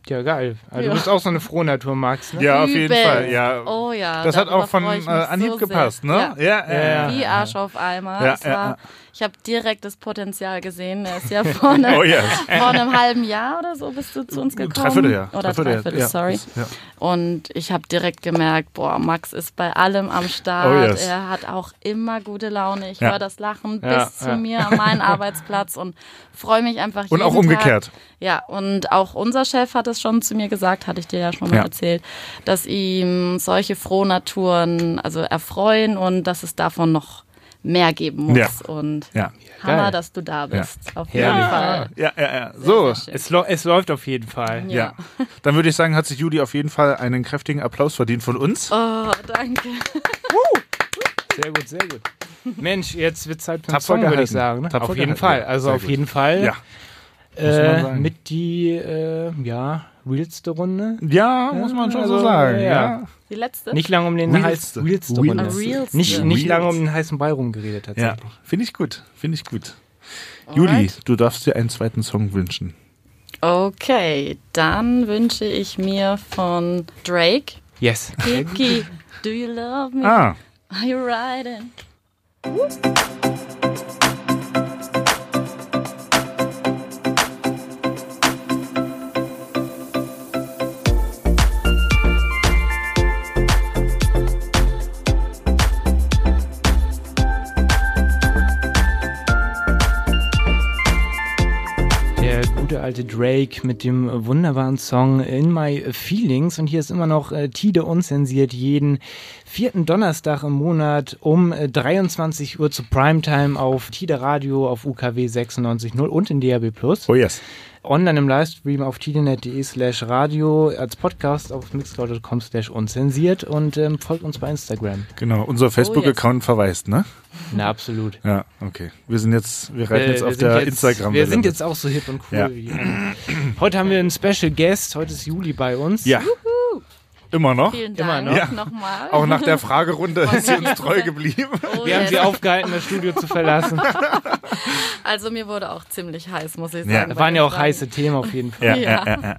[SPEAKER 2] Ja, geil. Also
[SPEAKER 3] Ja.
[SPEAKER 2] Du bist auch so eine Frohnatur, Max, ne?
[SPEAKER 1] Ja, auf jeden
[SPEAKER 3] Übelst.
[SPEAKER 1] Fall. Ja.
[SPEAKER 3] Oh ja.
[SPEAKER 1] das hat
[SPEAKER 3] darüber
[SPEAKER 1] auch von
[SPEAKER 3] freu ich
[SPEAKER 1] äh,
[SPEAKER 3] mich
[SPEAKER 1] Anhieb
[SPEAKER 3] so
[SPEAKER 1] gepasst,
[SPEAKER 3] sehr.
[SPEAKER 1] ne? Ja,
[SPEAKER 2] Ja.
[SPEAKER 1] äh,
[SPEAKER 3] Wie Arsch auf Eimer.
[SPEAKER 1] Ja,
[SPEAKER 3] es
[SPEAKER 1] ja, ja.
[SPEAKER 3] war, ich habe direkt das Potenzial gesehen. Er ist ja vorne.
[SPEAKER 1] Oh yes.
[SPEAKER 3] Vor einem halben Jahr oder so bist du zu uns gekommen.
[SPEAKER 1] Dreivierteljahr.
[SPEAKER 3] Oder
[SPEAKER 1] Dreivierteljahr,
[SPEAKER 3] dreiviertel,
[SPEAKER 1] ja.
[SPEAKER 3] sorry.
[SPEAKER 1] Ja.
[SPEAKER 3] Und ich habe direkt gemerkt, boah, Max ist bei allem am Start.
[SPEAKER 1] Oh, yes.
[SPEAKER 3] Er hat auch immer gute Laune. Ich
[SPEAKER 1] Ja.
[SPEAKER 3] höre das Lachen
[SPEAKER 2] Ja,
[SPEAKER 3] bis zu
[SPEAKER 2] ja.
[SPEAKER 3] mir an meinen Arbeitsplatz und freue mich einfach
[SPEAKER 1] Und
[SPEAKER 3] jeden
[SPEAKER 1] auch umgekehrt.
[SPEAKER 3] Tag. Ja, und auch unser Chef hat es schon zu mir gesagt, hatte ich dir ja schon mal
[SPEAKER 1] Ja.
[SPEAKER 3] erzählt, dass ihm solche Frohnaturen also erfreuen und dass es davon noch mehr geben muss.
[SPEAKER 1] Ja.
[SPEAKER 3] Und
[SPEAKER 1] Ja.
[SPEAKER 3] Hammer,
[SPEAKER 2] Geil.
[SPEAKER 3] dass du da bist. Auf jeden
[SPEAKER 2] Herrlich.
[SPEAKER 3] Fall.
[SPEAKER 1] ja, ja, ja. So.
[SPEAKER 3] Sehr schön.
[SPEAKER 2] Es, lo- es läuft auf jeden Fall.
[SPEAKER 1] Ja. Dann würde ich sagen, hat sich Judy auf jeden Fall einen kräftigen Applaus verdient von uns.
[SPEAKER 3] Oh, danke.
[SPEAKER 2] Sehr gut, sehr gut. Mensch, jetzt wird Zeit für einen
[SPEAKER 1] Tapfer
[SPEAKER 2] Song, würde ich
[SPEAKER 1] gehalten.
[SPEAKER 2] sagen. Ne?
[SPEAKER 1] Tapfer
[SPEAKER 2] Auf jeden
[SPEAKER 1] gehalten,
[SPEAKER 2] Fall.
[SPEAKER 1] ja.
[SPEAKER 2] Also
[SPEAKER 1] Sehr
[SPEAKER 2] auf
[SPEAKER 1] gut.
[SPEAKER 2] jeden Fall
[SPEAKER 1] Ja. man
[SPEAKER 2] äh,
[SPEAKER 1] sagen.
[SPEAKER 2] mit die äh, ja, realste Runde.
[SPEAKER 1] Ja, muss man schon so
[SPEAKER 2] Also,
[SPEAKER 1] sagen.
[SPEAKER 2] ja.
[SPEAKER 1] Ja.
[SPEAKER 3] Die letzte?
[SPEAKER 2] Nicht lange um den Hals.
[SPEAKER 1] Realste.
[SPEAKER 2] Realste Runde.
[SPEAKER 1] Realste.
[SPEAKER 3] Realste.
[SPEAKER 2] Nicht, nicht
[SPEAKER 1] Realste.
[SPEAKER 2] lange um den heißen Ball rumgeredet
[SPEAKER 1] ja.
[SPEAKER 2] tatsächlich.
[SPEAKER 1] Finde ich gut. Finde ich gut. Judy,
[SPEAKER 3] Alright.
[SPEAKER 1] du darfst dir einen zweiten Song wünschen.
[SPEAKER 3] Okay, dann wünsche ich mir von Drake.
[SPEAKER 2] Yes.
[SPEAKER 3] Kiki, do you love me?
[SPEAKER 1] Ah.
[SPEAKER 3] Are you riding?
[SPEAKER 2] Der gute alte Drake mit dem wunderbaren Song In My Feelings. Und hier ist immer noch äh, Tide unzensiert jeden vierten Donnerstag im Monat um äh, 23 Uhr zu Primetime auf Tide Radio, auf UKW 96.0 und in DAB+. Plus.
[SPEAKER 1] Oh yes.
[SPEAKER 2] Online im Livestream auf tidenet.de slash radio, als Podcast auf mixcloud.com slash unzensiert und ähm, folgt uns bei Instagram.
[SPEAKER 1] Genau.
[SPEAKER 3] Oh
[SPEAKER 1] Unser Facebook-Account verweist, ne?
[SPEAKER 2] Na, absolut.
[SPEAKER 1] Ja, okay. Wir sind jetzt, wir reiten
[SPEAKER 2] Äh,
[SPEAKER 1] jetzt
[SPEAKER 2] wir
[SPEAKER 1] auf
[SPEAKER 2] sind
[SPEAKER 1] der
[SPEAKER 2] jetzt-
[SPEAKER 1] instagram
[SPEAKER 2] Wir sind jetzt auch so hip und cool.
[SPEAKER 1] Ja.
[SPEAKER 2] Wie ihr. heute haben wir einen Special Guest. Heute ist Juli bei uns.
[SPEAKER 1] Ja. Immer noch.
[SPEAKER 3] Vielen
[SPEAKER 2] Immer
[SPEAKER 3] Dank
[SPEAKER 2] noch.
[SPEAKER 1] Ja.
[SPEAKER 3] nochmal.
[SPEAKER 1] Auch nach der Fragerunde ist sie uns treu geblieben.
[SPEAKER 3] Oh,
[SPEAKER 2] Wir haben
[SPEAKER 3] yes.
[SPEAKER 2] sie aufgehalten, das Studio zu verlassen.
[SPEAKER 3] Also mir wurde auch ziemlich heiß, muss ich sagen.
[SPEAKER 1] Ja.
[SPEAKER 3] bei
[SPEAKER 2] Da waren ja
[SPEAKER 3] den
[SPEAKER 2] auch
[SPEAKER 3] Fragen.
[SPEAKER 2] heiße Themen auf jeden Fall.
[SPEAKER 3] Ja, ja,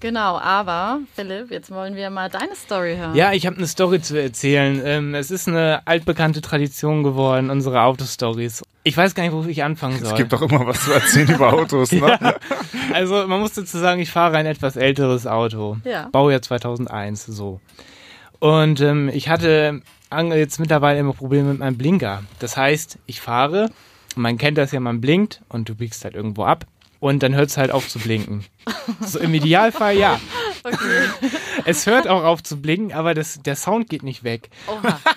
[SPEAKER 3] Genau, aber Philipp, jetzt wollen wir mal deine Story hören.
[SPEAKER 2] Ja, ich habe eine Story zu erzählen. Ähm, es ist eine altbekannte Tradition geworden, unsere Autostories. Ich weiß gar nicht, wo ich anfangen soll.
[SPEAKER 1] Es gibt doch immer was zu erzählen über Autos, ne?
[SPEAKER 2] Also man muss dazu sagen, ich fahre ein etwas älteres Auto.
[SPEAKER 3] Ja.
[SPEAKER 2] Baujahr 2001, so. Und ähm, ich hatte an- jetzt mittlerweile immer Probleme mit meinem Blinker. Das heißt, ich fahre, man kennt das ja, man blinkt und du biegst halt irgendwo ab und dann hört es halt auf zu blinken. So im Idealfall ja. Es hört auch auf zu blinken, aber das, der Sound geht nicht weg.
[SPEAKER 3] Oha.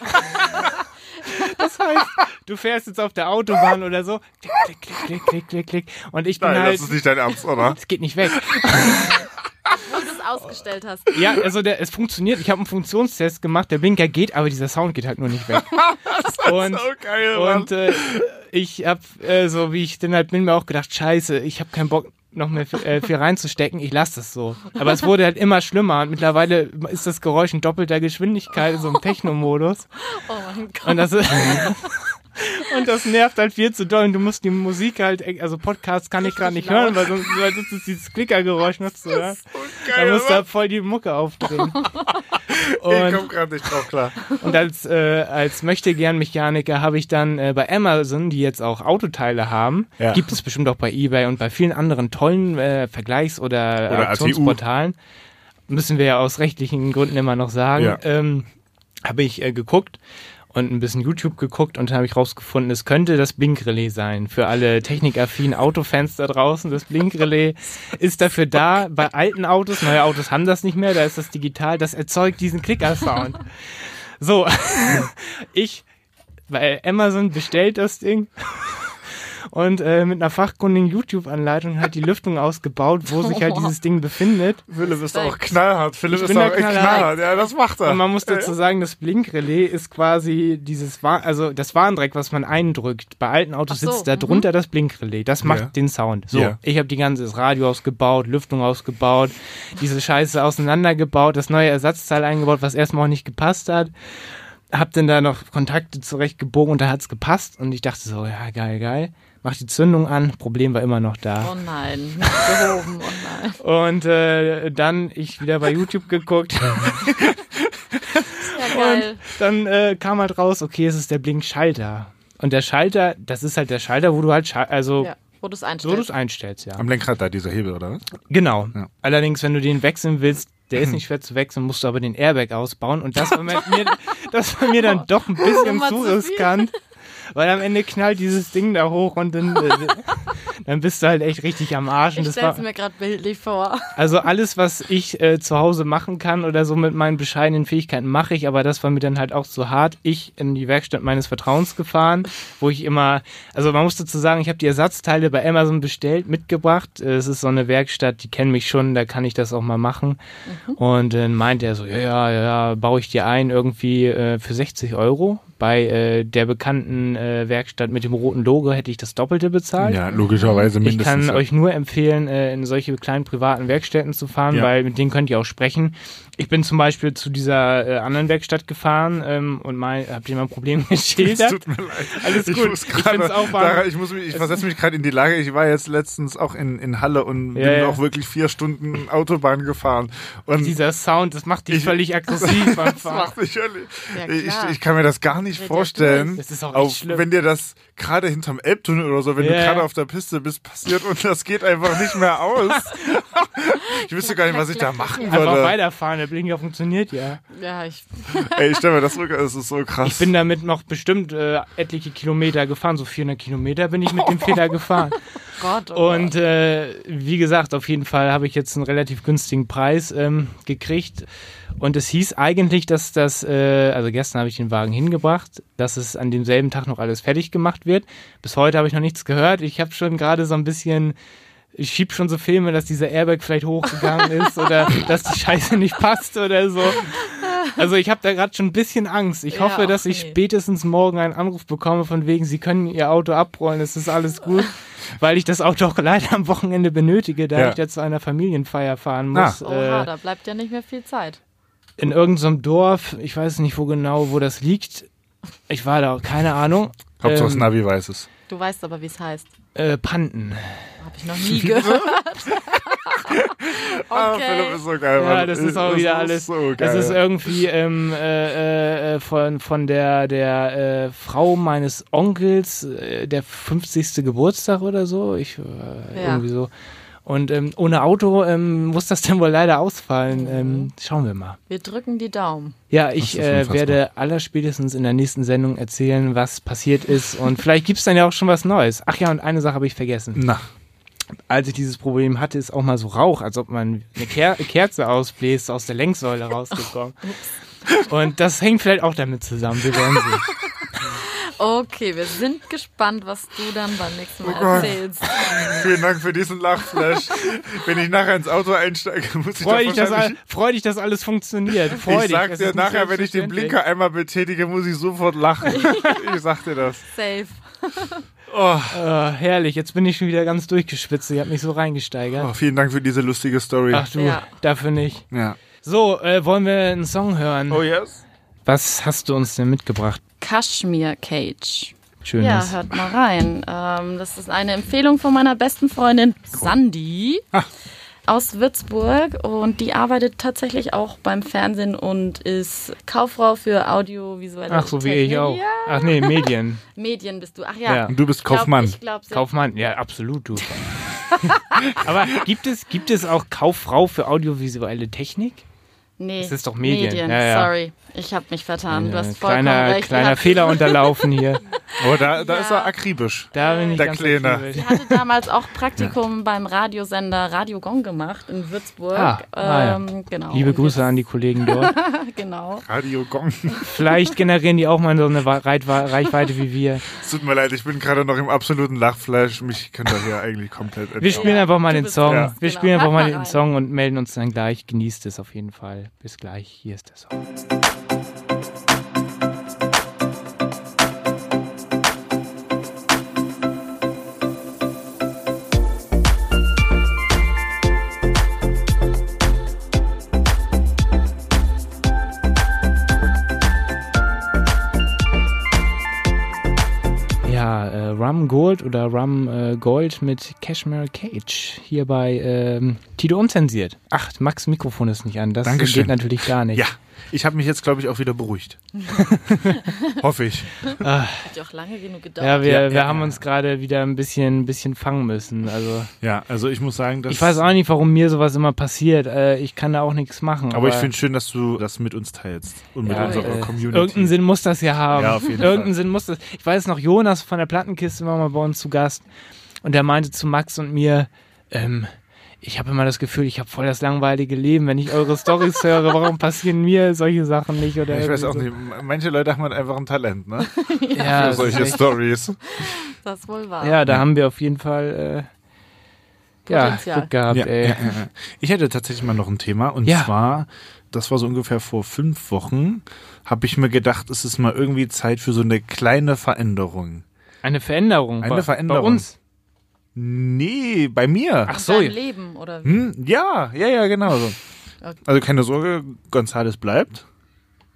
[SPEAKER 2] Das heißt, du fährst jetzt auf der Autobahn oder so, klick, klick, klick, klick, klick, klick, klick. Und ich bin
[SPEAKER 1] Nein,
[SPEAKER 2] halt,
[SPEAKER 1] das ist nicht dein Ernst, oder?
[SPEAKER 2] es geht nicht weg.
[SPEAKER 3] Wo du es ausgestellt hast.
[SPEAKER 2] Ja, also der, es funktioniert. Ich habe einen Funktionstest gemacht, der Blinker geht, aber dieser Sound geht halt nur nicht weg. und
[SPEAKER 1] geil,
[SPEAKER 2] und äh, ich hab, äh, so wie ich denn halt bin, mir auch gedacht, scheiße, ich habe keinen Bock noch mehr viel, äh, viel reinzustecken, ich lasse das so. Aber es wurde halt immer schlimmer und mittlerweile ist das Geräusch in doppelter Geschwindigkeit in so einem Techno-Modus.
[SPEAKER 3] Oh mein Gott.
[SPEAKER 2] Und das ist. Und das nervt halt viel zu doll. Und du musst die Musik halt, also Podcasts kann ich gerade nicht hören, weil sonst, weil sonst ist dieses Klickergeräusch noch zu hören. Da musst du halt voll die Mucke aufdrehen.
[SPEAKER 1] ich
[SPEAKER 2] Und,
[SPEAKER 1] komme gerade nicht drauf klar.
[SPEAKER 2] und als, äh, als Möchtegern-Mechaniker habe ich dann äh, bei Amazon, die jetzt auch Autoteile haben,
[SPEAKER 1] Ja.
[SPEAKER 2] gibt es bestimmt auch bei Ebay und bei vielen anderen tollen äh, Vergleichs- oder,
[SPEAKER 1] Oder ATU.
[SPEAKER 2] Auktionsportalen, müssen wir ja aus rechtlichen Gründen immer noch sagen,
[SPEAKER 1] Ja.
[SPEAKER 2] ähm, habe ich äh, geguckt. und ein bisschen YouTube geguckt und dann habe ich rausgefunden, es könnte das Blinkrelais sein. Für alle technikaffinen Autofans da draußen, das Blinkrelais ist dafür da. Bei alten Autos, neue Autos haben das nicht mehr, da ist das digital, das erzeugt diesen Klicker-Sound. So, ich, weil Amazon bestellt das Ding und äh, mit einer fachkundigen YouTube-Anleitung hat die Lüftung ausgebaut, wo sich halt dieses Ding befindet.
[SPEAKER 1] Philipp ist auch knallhart. Philipp ist auch echt knallhart. knallhart. Ja, das macht er.
[SPEAKER 2] Und man muss dazu sagen, das Blinkrelais ist quasi dieses, Wa also das Warndreck, was man eindrückt. Bei alten Autos
[SPEAKER 3] Ach so, mhm.
[SPEAKER 2] sitzt da drunter das Blinkrelais. Das macht
[SPEAKER 1] Ja.
[SPEAKER 2] den Sound. So,
[SPEAKER 1] Ja.
[SPEAKER 2] ich habe die ganze das Radio ausgebaut, Lüftung ausgebaut, diese Scheiße auseinandergebaut, das neue Ersatzteil eingebaut, was erstmal auch nicht gepasst hat hab dann da noch Kontakte zurechtgebogen und da hat's gepasst und ich dachte so, ja, geil, geil. Mach die Zündung an, Problem war immer noch da.
[SPEAKER 3] Oh nein, nicht behoben, oh nein.
[SPEAKER 2] Und äh, dann ich wieder bei YouTube geguckt.
[SPEAKER 3] Ja, geil.
[SPEAKER 2] Dann äh, kam halt raus, okay, es ist der Blinkschalter. Und der Schalter, das ist halt der Schalter, wo du halt, scha- also
[SPEAKER 3] Ja, wo du es
[SPEAKER 2] so du
[SPEAKER 3] einstellst.
[SPEAKER 2] es einstellst, ja.
[SPEAKER 1] Am Lenkrad da dieser Hebel, oder was?
[SPEAKER 2] Genau.
[SPEAKER 1] Ja.
[SPEAKER 2] Allerdings, wenn du den wechseln willst, der ist nicht schwer zu wechseln, musst du aber den Airbag ausbauen. Und das war mir, mir, das war mir dann doch ein bisschen
[SPEAKER 3] Immer
[SPEAKER 2] zu
[SPEAKER 3] zu viel.
[SPEAKER 2] riskant. Weil am Ende knallt dieses Ding da hoch und dann, äh, dann bist du halt echt richtig am Arsch. Und
[SPEAKER 3] ich
[SPEAKER 2] das
[SPEAKER 3] stelle
[SPEAKER 2] war,
[SPEAKER 3] es mir gerade bildlich vor.
[SPEAKER 2] also alles, was ich äh, zu Hause machen kann oder so mit meinen bescheidenen Fähigkeiten mache ich, aber das war mir dann halt auch zu hart. Ich in die Werkstatt meines Vertrauens gefahren, wo ich immer, also man muss dazu sagen, ich habe die Ersatzteile bei Amazon bestellt, mitgebracht. Äh, Es ist so eine Werkstatt, die kennen mich schon, da kann ich das auch mal machen. Und dann meint er so, ja, ja, ja, baue ich dir ein irgendwie äh, für 60 Euro. Bei äh, der bekannten äh, Werkstatt mit dem roten Logo hätte ich das Doppelte bezahlt.
[SPEAKER 1] Ja, logischerweise
[SPEAKER 2] Ich
[SPEAKER 1] mindestens.
[SPEAKER 2] kann
[SPEAKER 1] ja.
[SPEAKER 2] euch nur empfehlen, äh, in solche kleinen privaten Werkstätten zu fahren,
[SPEAKER 1] Ja.
[SPEAKER 2] weil mit denen könnt ihr auch sprechen. Ich bin zum Beispiel zu dieser äh, anderen Werkstatt gefahren ähm, und mal, habt ihr mal ein Problem
[SPEAKER 1] Es
[SPEAKER 2] geschildert?
[SPEAKER 1] tut mir leid.
[SPEAKER 2] Alles
[SPEAKER 1] Ich,
[SPEAKER 2] gut.
[SPEAKER 1] muss
[SPEAKER 2] Ich
[SPEAKER 1] gerade,
[SPEAKER 2] find's auch
[SPEAKER 1] da,
[SPEAKER 2] wahr.
[SPEAKER 1] ich, muss mich, ich versetze mich gerade in die Lage. Ich war jetzt letztens auch in, in Halle und
[SPEAKER 2] Ja,
[SPEAKER 1] bin
[SPEAKER 2] ja.
[SPEAKER 1] auch wirklich vier Stunden Autobahn gefahren. Und
[SPEAKER 2] Dieser Sound, das macht dich
[SPEAKER 1] Ich-
[SPEAKER 2] völlig aggressiv beim
[SPEAKER 1] Das
[SPEAKER 2] Fahren.
[SPEAKER 1] macht mich ehrlich.
[SPEAKER 3] Ja,
[SPEAKER 1] ich,
[SPEAKER 3] klar.
[SPEAKER 1] ich kann mir das gar nicht
[SPEAKER 3] Ja, der
[SPEAKER 1] vorstellen.
[SPEAKER 3] Stress.
[SPEAKER 2] Das ist auch echt
[SPEAKER 1] auf,
[SPEAKER 2] schlimm.
[SPEAKER 1] Wenn dir das gerade hinterm Elbtunnel oder so, wenn
[SPEAKER 2] Ja.
[SPEAKER 1] du gerade auf der Piste bist, passiert und das geht einfach nicht mehr aus. ich wüsste gar nicht, was ich da machen
[SPEAKER 2] Einfach
[SPEAKER 1] würde.
[SPEAKER 2] weiterfahren, der Blinker funktioniert ja.
[SPEAKER 3] Ja, ich,
[SPEAKER 1] Ey, ich stell mir das so, das ist so krass.
[SPEAKER 2] Ich bin damit noch bestimmt äh, etliche Kilometer gefahren, so 400 Kilometer bin ich mit dem Fehler gefahren.
[SPEAKER 3] Gott. Oh
[SPEAKER 2] Und äh, wie gesagt, auf jeden Fall habe ich jetzt einen relativ günstigen Preis ähm, gekriegt. Und es hieß eigentlich, dass das, äh, also gestern habe ich den Wagen hingebracht, dass es an demselben Tag noch alles fertig gemacht wird. Bis heute habe ich noch nichts gehört. Ich habe schon gerade so ein bisschen, ich schieb schon so Filme, dass dieser Airbag vielleicht hochgegangen ist oder dass die Scheiße nicht passt oder so. Also ich habe da gerade schon ein bisschen Angst. Ich
[SPEAKER 3] Ja,
[SPEAKER 2] hoffe, dass
[SPEAKER 3] ach
[SPEAKER 2] ich
[SPEAKER 3] nee.
[SPEAKER 2] spätestens morgen einen Anruf bekomme von wegen, Sie können Ihr Auto abrollen, es ist alles gut, weil ich das Auto auch leider am Wochenende benötige, da
[SPEAKER 1] Ja.
[SPEAKER 2] ich ja zu einer Familienfeier fahren muss.
[SPEAKER 3] Gott.
[SPEAKER 2] äh,
[SPEAKER 3] Oha, da bleibt ja nicht mehr viel Zeit.
[SPEAKER 2] in irgendeinem Dorf, ich weiß nicht wo genau, wo das liegt. Ich war da, keine Ahnung.
[SPEAKER 1] Hauptsache das
[SPEAKER 2] Ähm,
[SPEAKER 1] Navi weiß es.
[SPEAKER 3] Du weißt aber, wie es heißt.
[SPEAKER 2] Äh, Panten.
[SPEAKER 3] Habe ich noch nie gehört.
[SPEAKER 1] Ah, Philipp
[SPEAKER 3] okay.
[SPEAKER 1] ist so geil.
[SPEAKER 2] Ja,
[SPEAKER 1] Mann.
[SPEAKER 2] das ist auch wieder alles.
[SPEAKER 1] So geil.
[SPEAKER 2] das ist irgendwie ähm, äh, äh, von, von der, der äh, Frau meines Onkels, äh, der 50. Geburtstag oder so. Ich, äh,
[SPEAKER 3] Ja.
[SPEAKER 2] Irgendwie so. Und ähm, ohne Auto ähm, muss das dann wohl leider ausfallen. Ähm, schauen wir mal.
[SPEAKER 3] Wir drücken die Daumen.
[SPEAKER 2] Ja, ich
[SPEAKER 1] Mhm. Das ist
[SPEAKER 2] äh,
[SPEAKER 1] unfassbar.
[SPEAKER 2] werde allerspätestens in der nächsten Sendung erzählen, was passiert ist. Und vielleicht gibt's dann ja auch schon was Neues. Ach ja, und eine Sache habe ich vergessen
[SPEAKER 1] Na,
[SPEAKER 2] als ich dieses Problem hatte, ist auch mal so Rauch, als ob man eine Ker Kerze ausbläst, aus der Lenksäule rausgekommen. Und das hängt vielleicht auch damit zusammen. Wir werden sehen.
[SPEAKER 3] Okay, wir sind gespannt, was du dann beim nächsten Mal
[SPEAKER 1] Oh Gott.
[SPEAKER 3] erzählst.
[SPEAKER 1] vielen Dank für diesen Lachflash. Wenn ich nachher ins Auto einsteige, muss ich
[SPEAKER 2] Freu
[SPEAKER 1] doch
[SPEAKER 2] dich, dass,
[SPEAKER 1] wahrscheinlich
[SPEAKER 2] all- freu dich, dass alles funktioniert. Freu
[SPEAKER 1] Ich
[SPEAKER 2] dich.
[SPEAKER 1] sag
[SPEAKER 2] das
[SPEAKER 1] dir
[SPEAKER 2] ist nicht
[SPEAKER 1] nachher, wenn ich den
[SPEAKER 2] selbstverständlich.
[SPEAKER 1] Blinker einmal betätige, muss ich sofort lachen. ich sag dir das.
[SPEAKER 3] Safe.
[SPEAKER 1] Oh,
[SPEAKER 2] Ah, herrlich, jetzt bin ich schon wieder ganz durchgeschwitzt. Ich habe mich so reingesteigert.
[SPEAKER 1] oh, vielen Dank für diese lustige Story.
[SPEAKER 2] Ach du,
[SPEAKER 3] Ja.
[SPEAKER 2] dafür nicht.
[SPEAKER 1] Ja.
[SPEAKER 2] So, äh, wollen wir einen Song hören?
[SPEAKER 1] yes?
[SPEAKER 2] Was hast du uns denn mitgebracht?
[SPEAKER 3] Kaschmir Cage.
[SPEAKER 2] Schönes.
[SPEAKER 3] Ja, hört mal rein. Ähm, das ist eine Empfehlung von meiner besten Freundin Sandy aus Würzburg und die arbeitet tatsächlich auch beim Fernsehen und ist Kauffrau für audiovisuelle
[SPEAKER 2] Ach, so wie
[SPEAKER 3] Technik.
[SPEAKER 2] ich auch.
[SPEAKER 3] Ja,
[SPEAKER 2] Ach nee, Medien.
[SPEAKER 3] Medien bist du. Ach ja.
[SPEAKER 2] Ja.
[SPEAKER 1] Und du bist
[SPEAKER 3] Ich glaub,
[SPEAKER 1] Kaufmann.
[SPEAKER 3] Ich glaube,
[SPEAKER 2] Kaufmann, ja, absolut, du. Aber gibt es, gibt es auch Kauffrau für audiovisuelle Technik?
[SPEAKER 3] Nee.
[SPEAKER 2] Es ist doch Medien.
[SPEAKER 3] Medien,
[SPEAKER 2] Ja, ja.
[SPEAKER 3] sorry. Ich habe mich vertan. Du hast vollkommen
[SPEAKER 2] Äh, kleiner
[SPEAKER 3] recht.
[SPEAKER 2] kleiner
[SPEAKER 3] Ja.
[SPEAKER 2] Fehler unterlaufen hier.
[SPEAKER 1] Aber da, da
[SPEAKER 3] Ja.
[SPEAKER 1] ist er akribisch.
[SPEAKER 2] Da bin ich
[SPEAKER 1] Der
[SPEAKER 2] ganz
[SPEAKER 1] Kleine.
[SPEAKER 2] akribisch.
[SPEAKER 3] Ich hatte damals auch Praktikum beim Radiosender Radio Gong gemacht in Würzburg.
[SPEAKER 2] Ah, ah, ja.
[SPEAKER 3] ähm, genau.
[SPEAKER 2] Liebe
[SPEAKER 3] Und
[SPEAKER 2] Grüße an die Kollegen dort.
[SPEAKER 3] jetzt- Genau.
[SPEAKER 1] Radio Gong.
[SPEAKER 2] Vielleicht generieren die auch mal so eine Wa- Reitwa- Reichweite wie wir.
[SPEAKER 1] Es tut mir leid, ich bin gerade noch im absoluten Lachflash. Mich kann daher eigentlich komplett
[SPEAKER 2] Wir
[SPEAKER 1] entschuldigen.
[SPEAKER 2] spielen einfach mal
[SPEAKER 3] du
[SPEAKER 2] den
[SPEAKER 3] bist
[SPEAKER 2] Song.
[SPEAKER 1] Ja.
[SPEAKER 2] Wir
[SPEAKER 3] Genau.
[SPEAKER 2] spielen einfach
[SPEAKER 3] Hört
[SPEAKER 2] mal
[SPEAKER 3] mal
[SPEAKER 2] den
[SPEAKER 3] rein.
[SPEAKER 2] Song und melden uns dann gleich. Genießt es auf jeden Fall. Bis gleich. Hier ist der Song. Ja, äh, Rum Gold oder Rum äh, Gold mit Cashmere Cage. Hier bei ähm, Tito Unzensiert. Ach, Max Mikrofon ist nicht an. Das
[SPEAKER 1] Dankeschön.
[SPEAKER 2] geht natürlich gar nicht.
[SPEAKER 1] Ja, ich habe mich jetzt, glaube ich, auch wieder beruhigt. Hoffe ich.
[SPEAKER 3] Hat ja auch lange genug
[SPEAKER 2] Ja,
[SPEAKER 3] gedauert.
[SPEAKER 2] wir,
[SPEAKER 1] Ja,
[SPEAKER 2] wir
[SPEAKER 1] ja,
[SPEAKER 2] haben
[SPEAKER 1] ja.
[SPEAKER 2] uns gerade wieder ein bisschen, ein bisschen fangen müssen. Also
[SPEAKER 1] Ja, also ich muss sagen, dass.
[SPEAKER 2] ich weiß auch nicht, warum mir sowas immer passiert. Äh, ich kann da auch nichts machen.
[SPEAKER 1] Aber ich finde schön, dass du das mit uns teilst und mit
[SPEAKER 2] Ja,
[SPEAKER 1] unserer
[SPEAKER 2] äh,
[SPEAKER 1] Community.
[SPEAKER 2] Irgendeinen Sinn muss das ja haben.
[SPEAKER 1] Ja, auf jeden
[SPEAKER 2] irgendeinen
[SPEAKER 1] Fall.
[SPEAKER 2] Sinn muss das. Ich weiß noch, Jonas von der Plattenkiste war mal bei uns zu Gast und der meinte zu Max und mir, ähm, ich habe immer das Gefühl, ich habe voll das langweilige Leben, wenn ich eure Stories höre. Warum passieren mir solche Sachen nicht? Oder Also
[SPEAKER 1] Ich weiß auch
[SPEAKER 2] irgendwie
[SPEAKER 1] nicht, manche Leute haben halt einfach ein Talent, ne?
[SPEAKER 2] so. Ja,
[SPEAKER 1] Für
[SPEAKER 2] das ist
[SPEAKER 1] solche
[SPEAKER 2] echt,
[SPEAKER 1] Stories.
[SPEAKER 3] Das ist wohl wahr.
[SPEAKER 2] ja, da haben wir auf jeden Fall äh, ja,
[SPEAKER 3] Potenzial.
[SPEAKER 2] Glück gehabt.
[SPEAKER 1] Ja,
[SPEAKER 2] ey.
[SPEAKER 1] ja, ja, ja. Ich hätte tatsächlich mal noch ein Thema und
[SPEAKER 2] Ja.
[SPEAKER 1] zwar, das war so ungefähr vor fünf Wochen, habe ich mir gedacht, es ist mal irgendwie Zeit für so eine kleine Veränderung.
[SPEAKER 2] Eine Veränderung.
[SPEAKER 1] Eine
[SPEAKER 2] bei,
[SPEAKER 1] Veränderung.
[SPEAKER 2] Bei uns.
[SPEAKER 1] Nee, bei mir.
[SPEAKER 2] Ach
[SPEAKER 3] In
[SPEAKER 2] so,
[SPEAKER 3] deinem Leben oder wie?
[SPEAKER 1] Hm, ja, ja, ja, genau so.
[SPEAKER 3] Okay.
[SPEAKER 1] Also keine Sorge, Gonzales bleibt.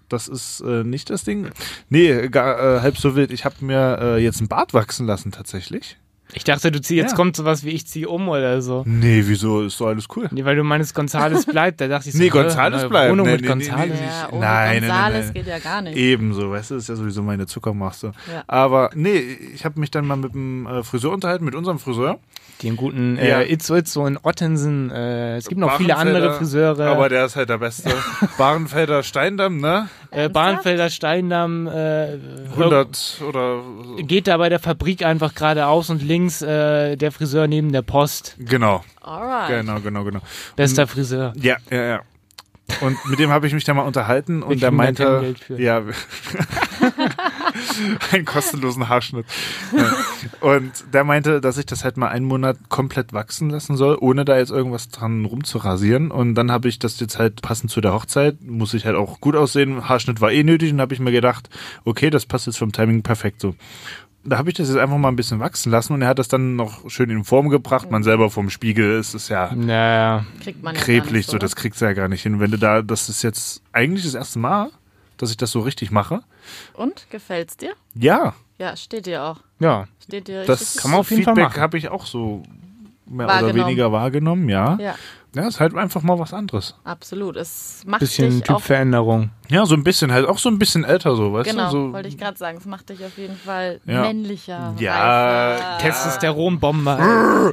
[SPEAKER 1] Das ist äh, nicht das Ding. Nee, gar, äh, halb so wild. Ich habe mir äh, jetzt einen Bart wachsen lassen tatsächlich.
[SPEAKER 2] ich dachte, du zieh, jetzt
[SPEAKER 1] Ja.
[SPEAKER 2] kommt sowas wie ich ziehe um oder so.
[SPEAKER 1] Nee, wieso? Ist doch alles cool.
[SPEAKER 2] Nee, weil du meinst, Gonzales bleibt. Da dachte ich so,
[SPEAKER 1] Nee,
[SPEAKER 2] äh,
[SPEAKER 1] Gonzales
[SPEAKER 2] neue
[SPEAKER 1] bleibt.
[SPEAKER 2] Wohnung
[SPEAKER 1] Nee,
[SPEAKER 2] mit
[SPEAKER 1] nee, nee,
[SPEAKER 2] Gonzales.
[SPEAKER 1] nee,
[SPEAKER 3] Ja, ohne
[SPEAKER 1] Nein, nein,
[SPEAKER 3] Gonzales
[SPEAKER 1] nein.
[SPEAKER 3] geht ja gar nicht.
[SPEAKER 1] Ebenso, weißt du, das ist ja sowieso meine Zuckermasse.
[SPEAKER 3] Ja.
[SPEAKER 1] Aber nee, ich habe mich dann mal mit dem äh, Friseur unterhalten, mit unserem Friseur.
[SPEAKER 2] Den guten äh,
[SPEAKER 1] Ja.
[SPEAKER 2] Itzo Itzo in Ottensen. Äh, es gibt noch viele
[SPEAKER 1] Bahrenfelder,
[SPEAKER 2] andere Friseure.
[SPEAKER 1] Aber der ist halt der Beste. Bahrenfelder Steindamm, ne?
[SPEAKER 2] äh, Bahnfelder, Steindamm. Äh,
[SPEAKER 1] 100 oder
[SPEAKER 2] äh, Geht da bei der Fabrik einfach geradeaus und links äh, der Friseur neben der Post.
[SPEAKER 1] genau,
[SPEAKER 3] Alright.
[SPEAKER 1] genau, genau, genau.
[SPEAKER 2] Bester Friseur.
[SPEAKER 1] Ja, ja, ja. Und mit dem habe ich mich dann mal unterhalten und der
[SPEAKER 2] kriegen da kein
[SPEAKER 1] meinte,
[SPEAKER 2] Geld für.
[SPEAKER 1] ja, einen kostenlosen Haarschnitt. Ja. Und der meinte, dass ich das halt mal einen Monat komplett wachsen lassen soll, ohne da jetzt irgendwas dran rumzurasieren. Und dann habe ich das jetzt halt passend zu der Hochzeit, muss ich halt auch gut aussehen. Haarschnitt war eh nötig und habe ich mir gedacht, okay, das passt jetzt vom Timing perfekt so. Da habe ich das jetzt einfach mal ein bisschen wachsen lassen und er hat das dann noch schön in Form gebracht. Man selber vom Spiegel ist es ja
[SPEAKER 2] Naja.
[SPEAKER 3] Kriegt man ja gar
[SPEAKER 1] kreblich,
[SPEAKER 3] nicht
[SPEAKER 1] so, das kriegst du ja gar nicht hin. Wenn du da, das ist jetzt eigentlich das erste Mal, dass ich das so richtig mache.
[SPEAKER 3] Und? Gefällt's dir?
[SPEAKER 1] Ja,
[SPEAKER 3] Ja, steht dir auch.
[SPEAKER 2] Ja.
[SPEAKER 3] Steht dir
[SPEAKER 1] das
[SPEAKER 3] richtig?
[SPEAKER 2] kann man auf jeden Fall
[SPEAKER 1] Feedback
[SPEAKER 2] machen.
[SPEAKER 1] habe ich auch so mehr oder
[SPEAKER 3] Wahrgenommen.
[SPEAKER 1] weniger wahrgenommen, ja. ja.
[SPEAKER 3] Ja,
[SPEAKER 1] ist halt einfach mal was anderes.
[SPEAKER 3] absolut. Es macht
[SPEAKER 2] Bisschen
[SPEAKER 3] dich auch
[SPEAKER 2] Typveränderung.
[SPEAKER 1] Ja, so ein bisschen halt, auch so ein bisschen älter so, weißt
[SPEAKER 3] Genau,
[SPEAKER 1] du? So,
[SPEAKER 3] wollte ich gerade sagen. Es macht dich auf jeden Fall
[SPEAKER 1] Ja.
[SPEAKER 3] männlicher.
[SPEAKER 1] Ja,
[SPEAKER 3] reifer.
[SPEAKER 2] Testosteronbomber.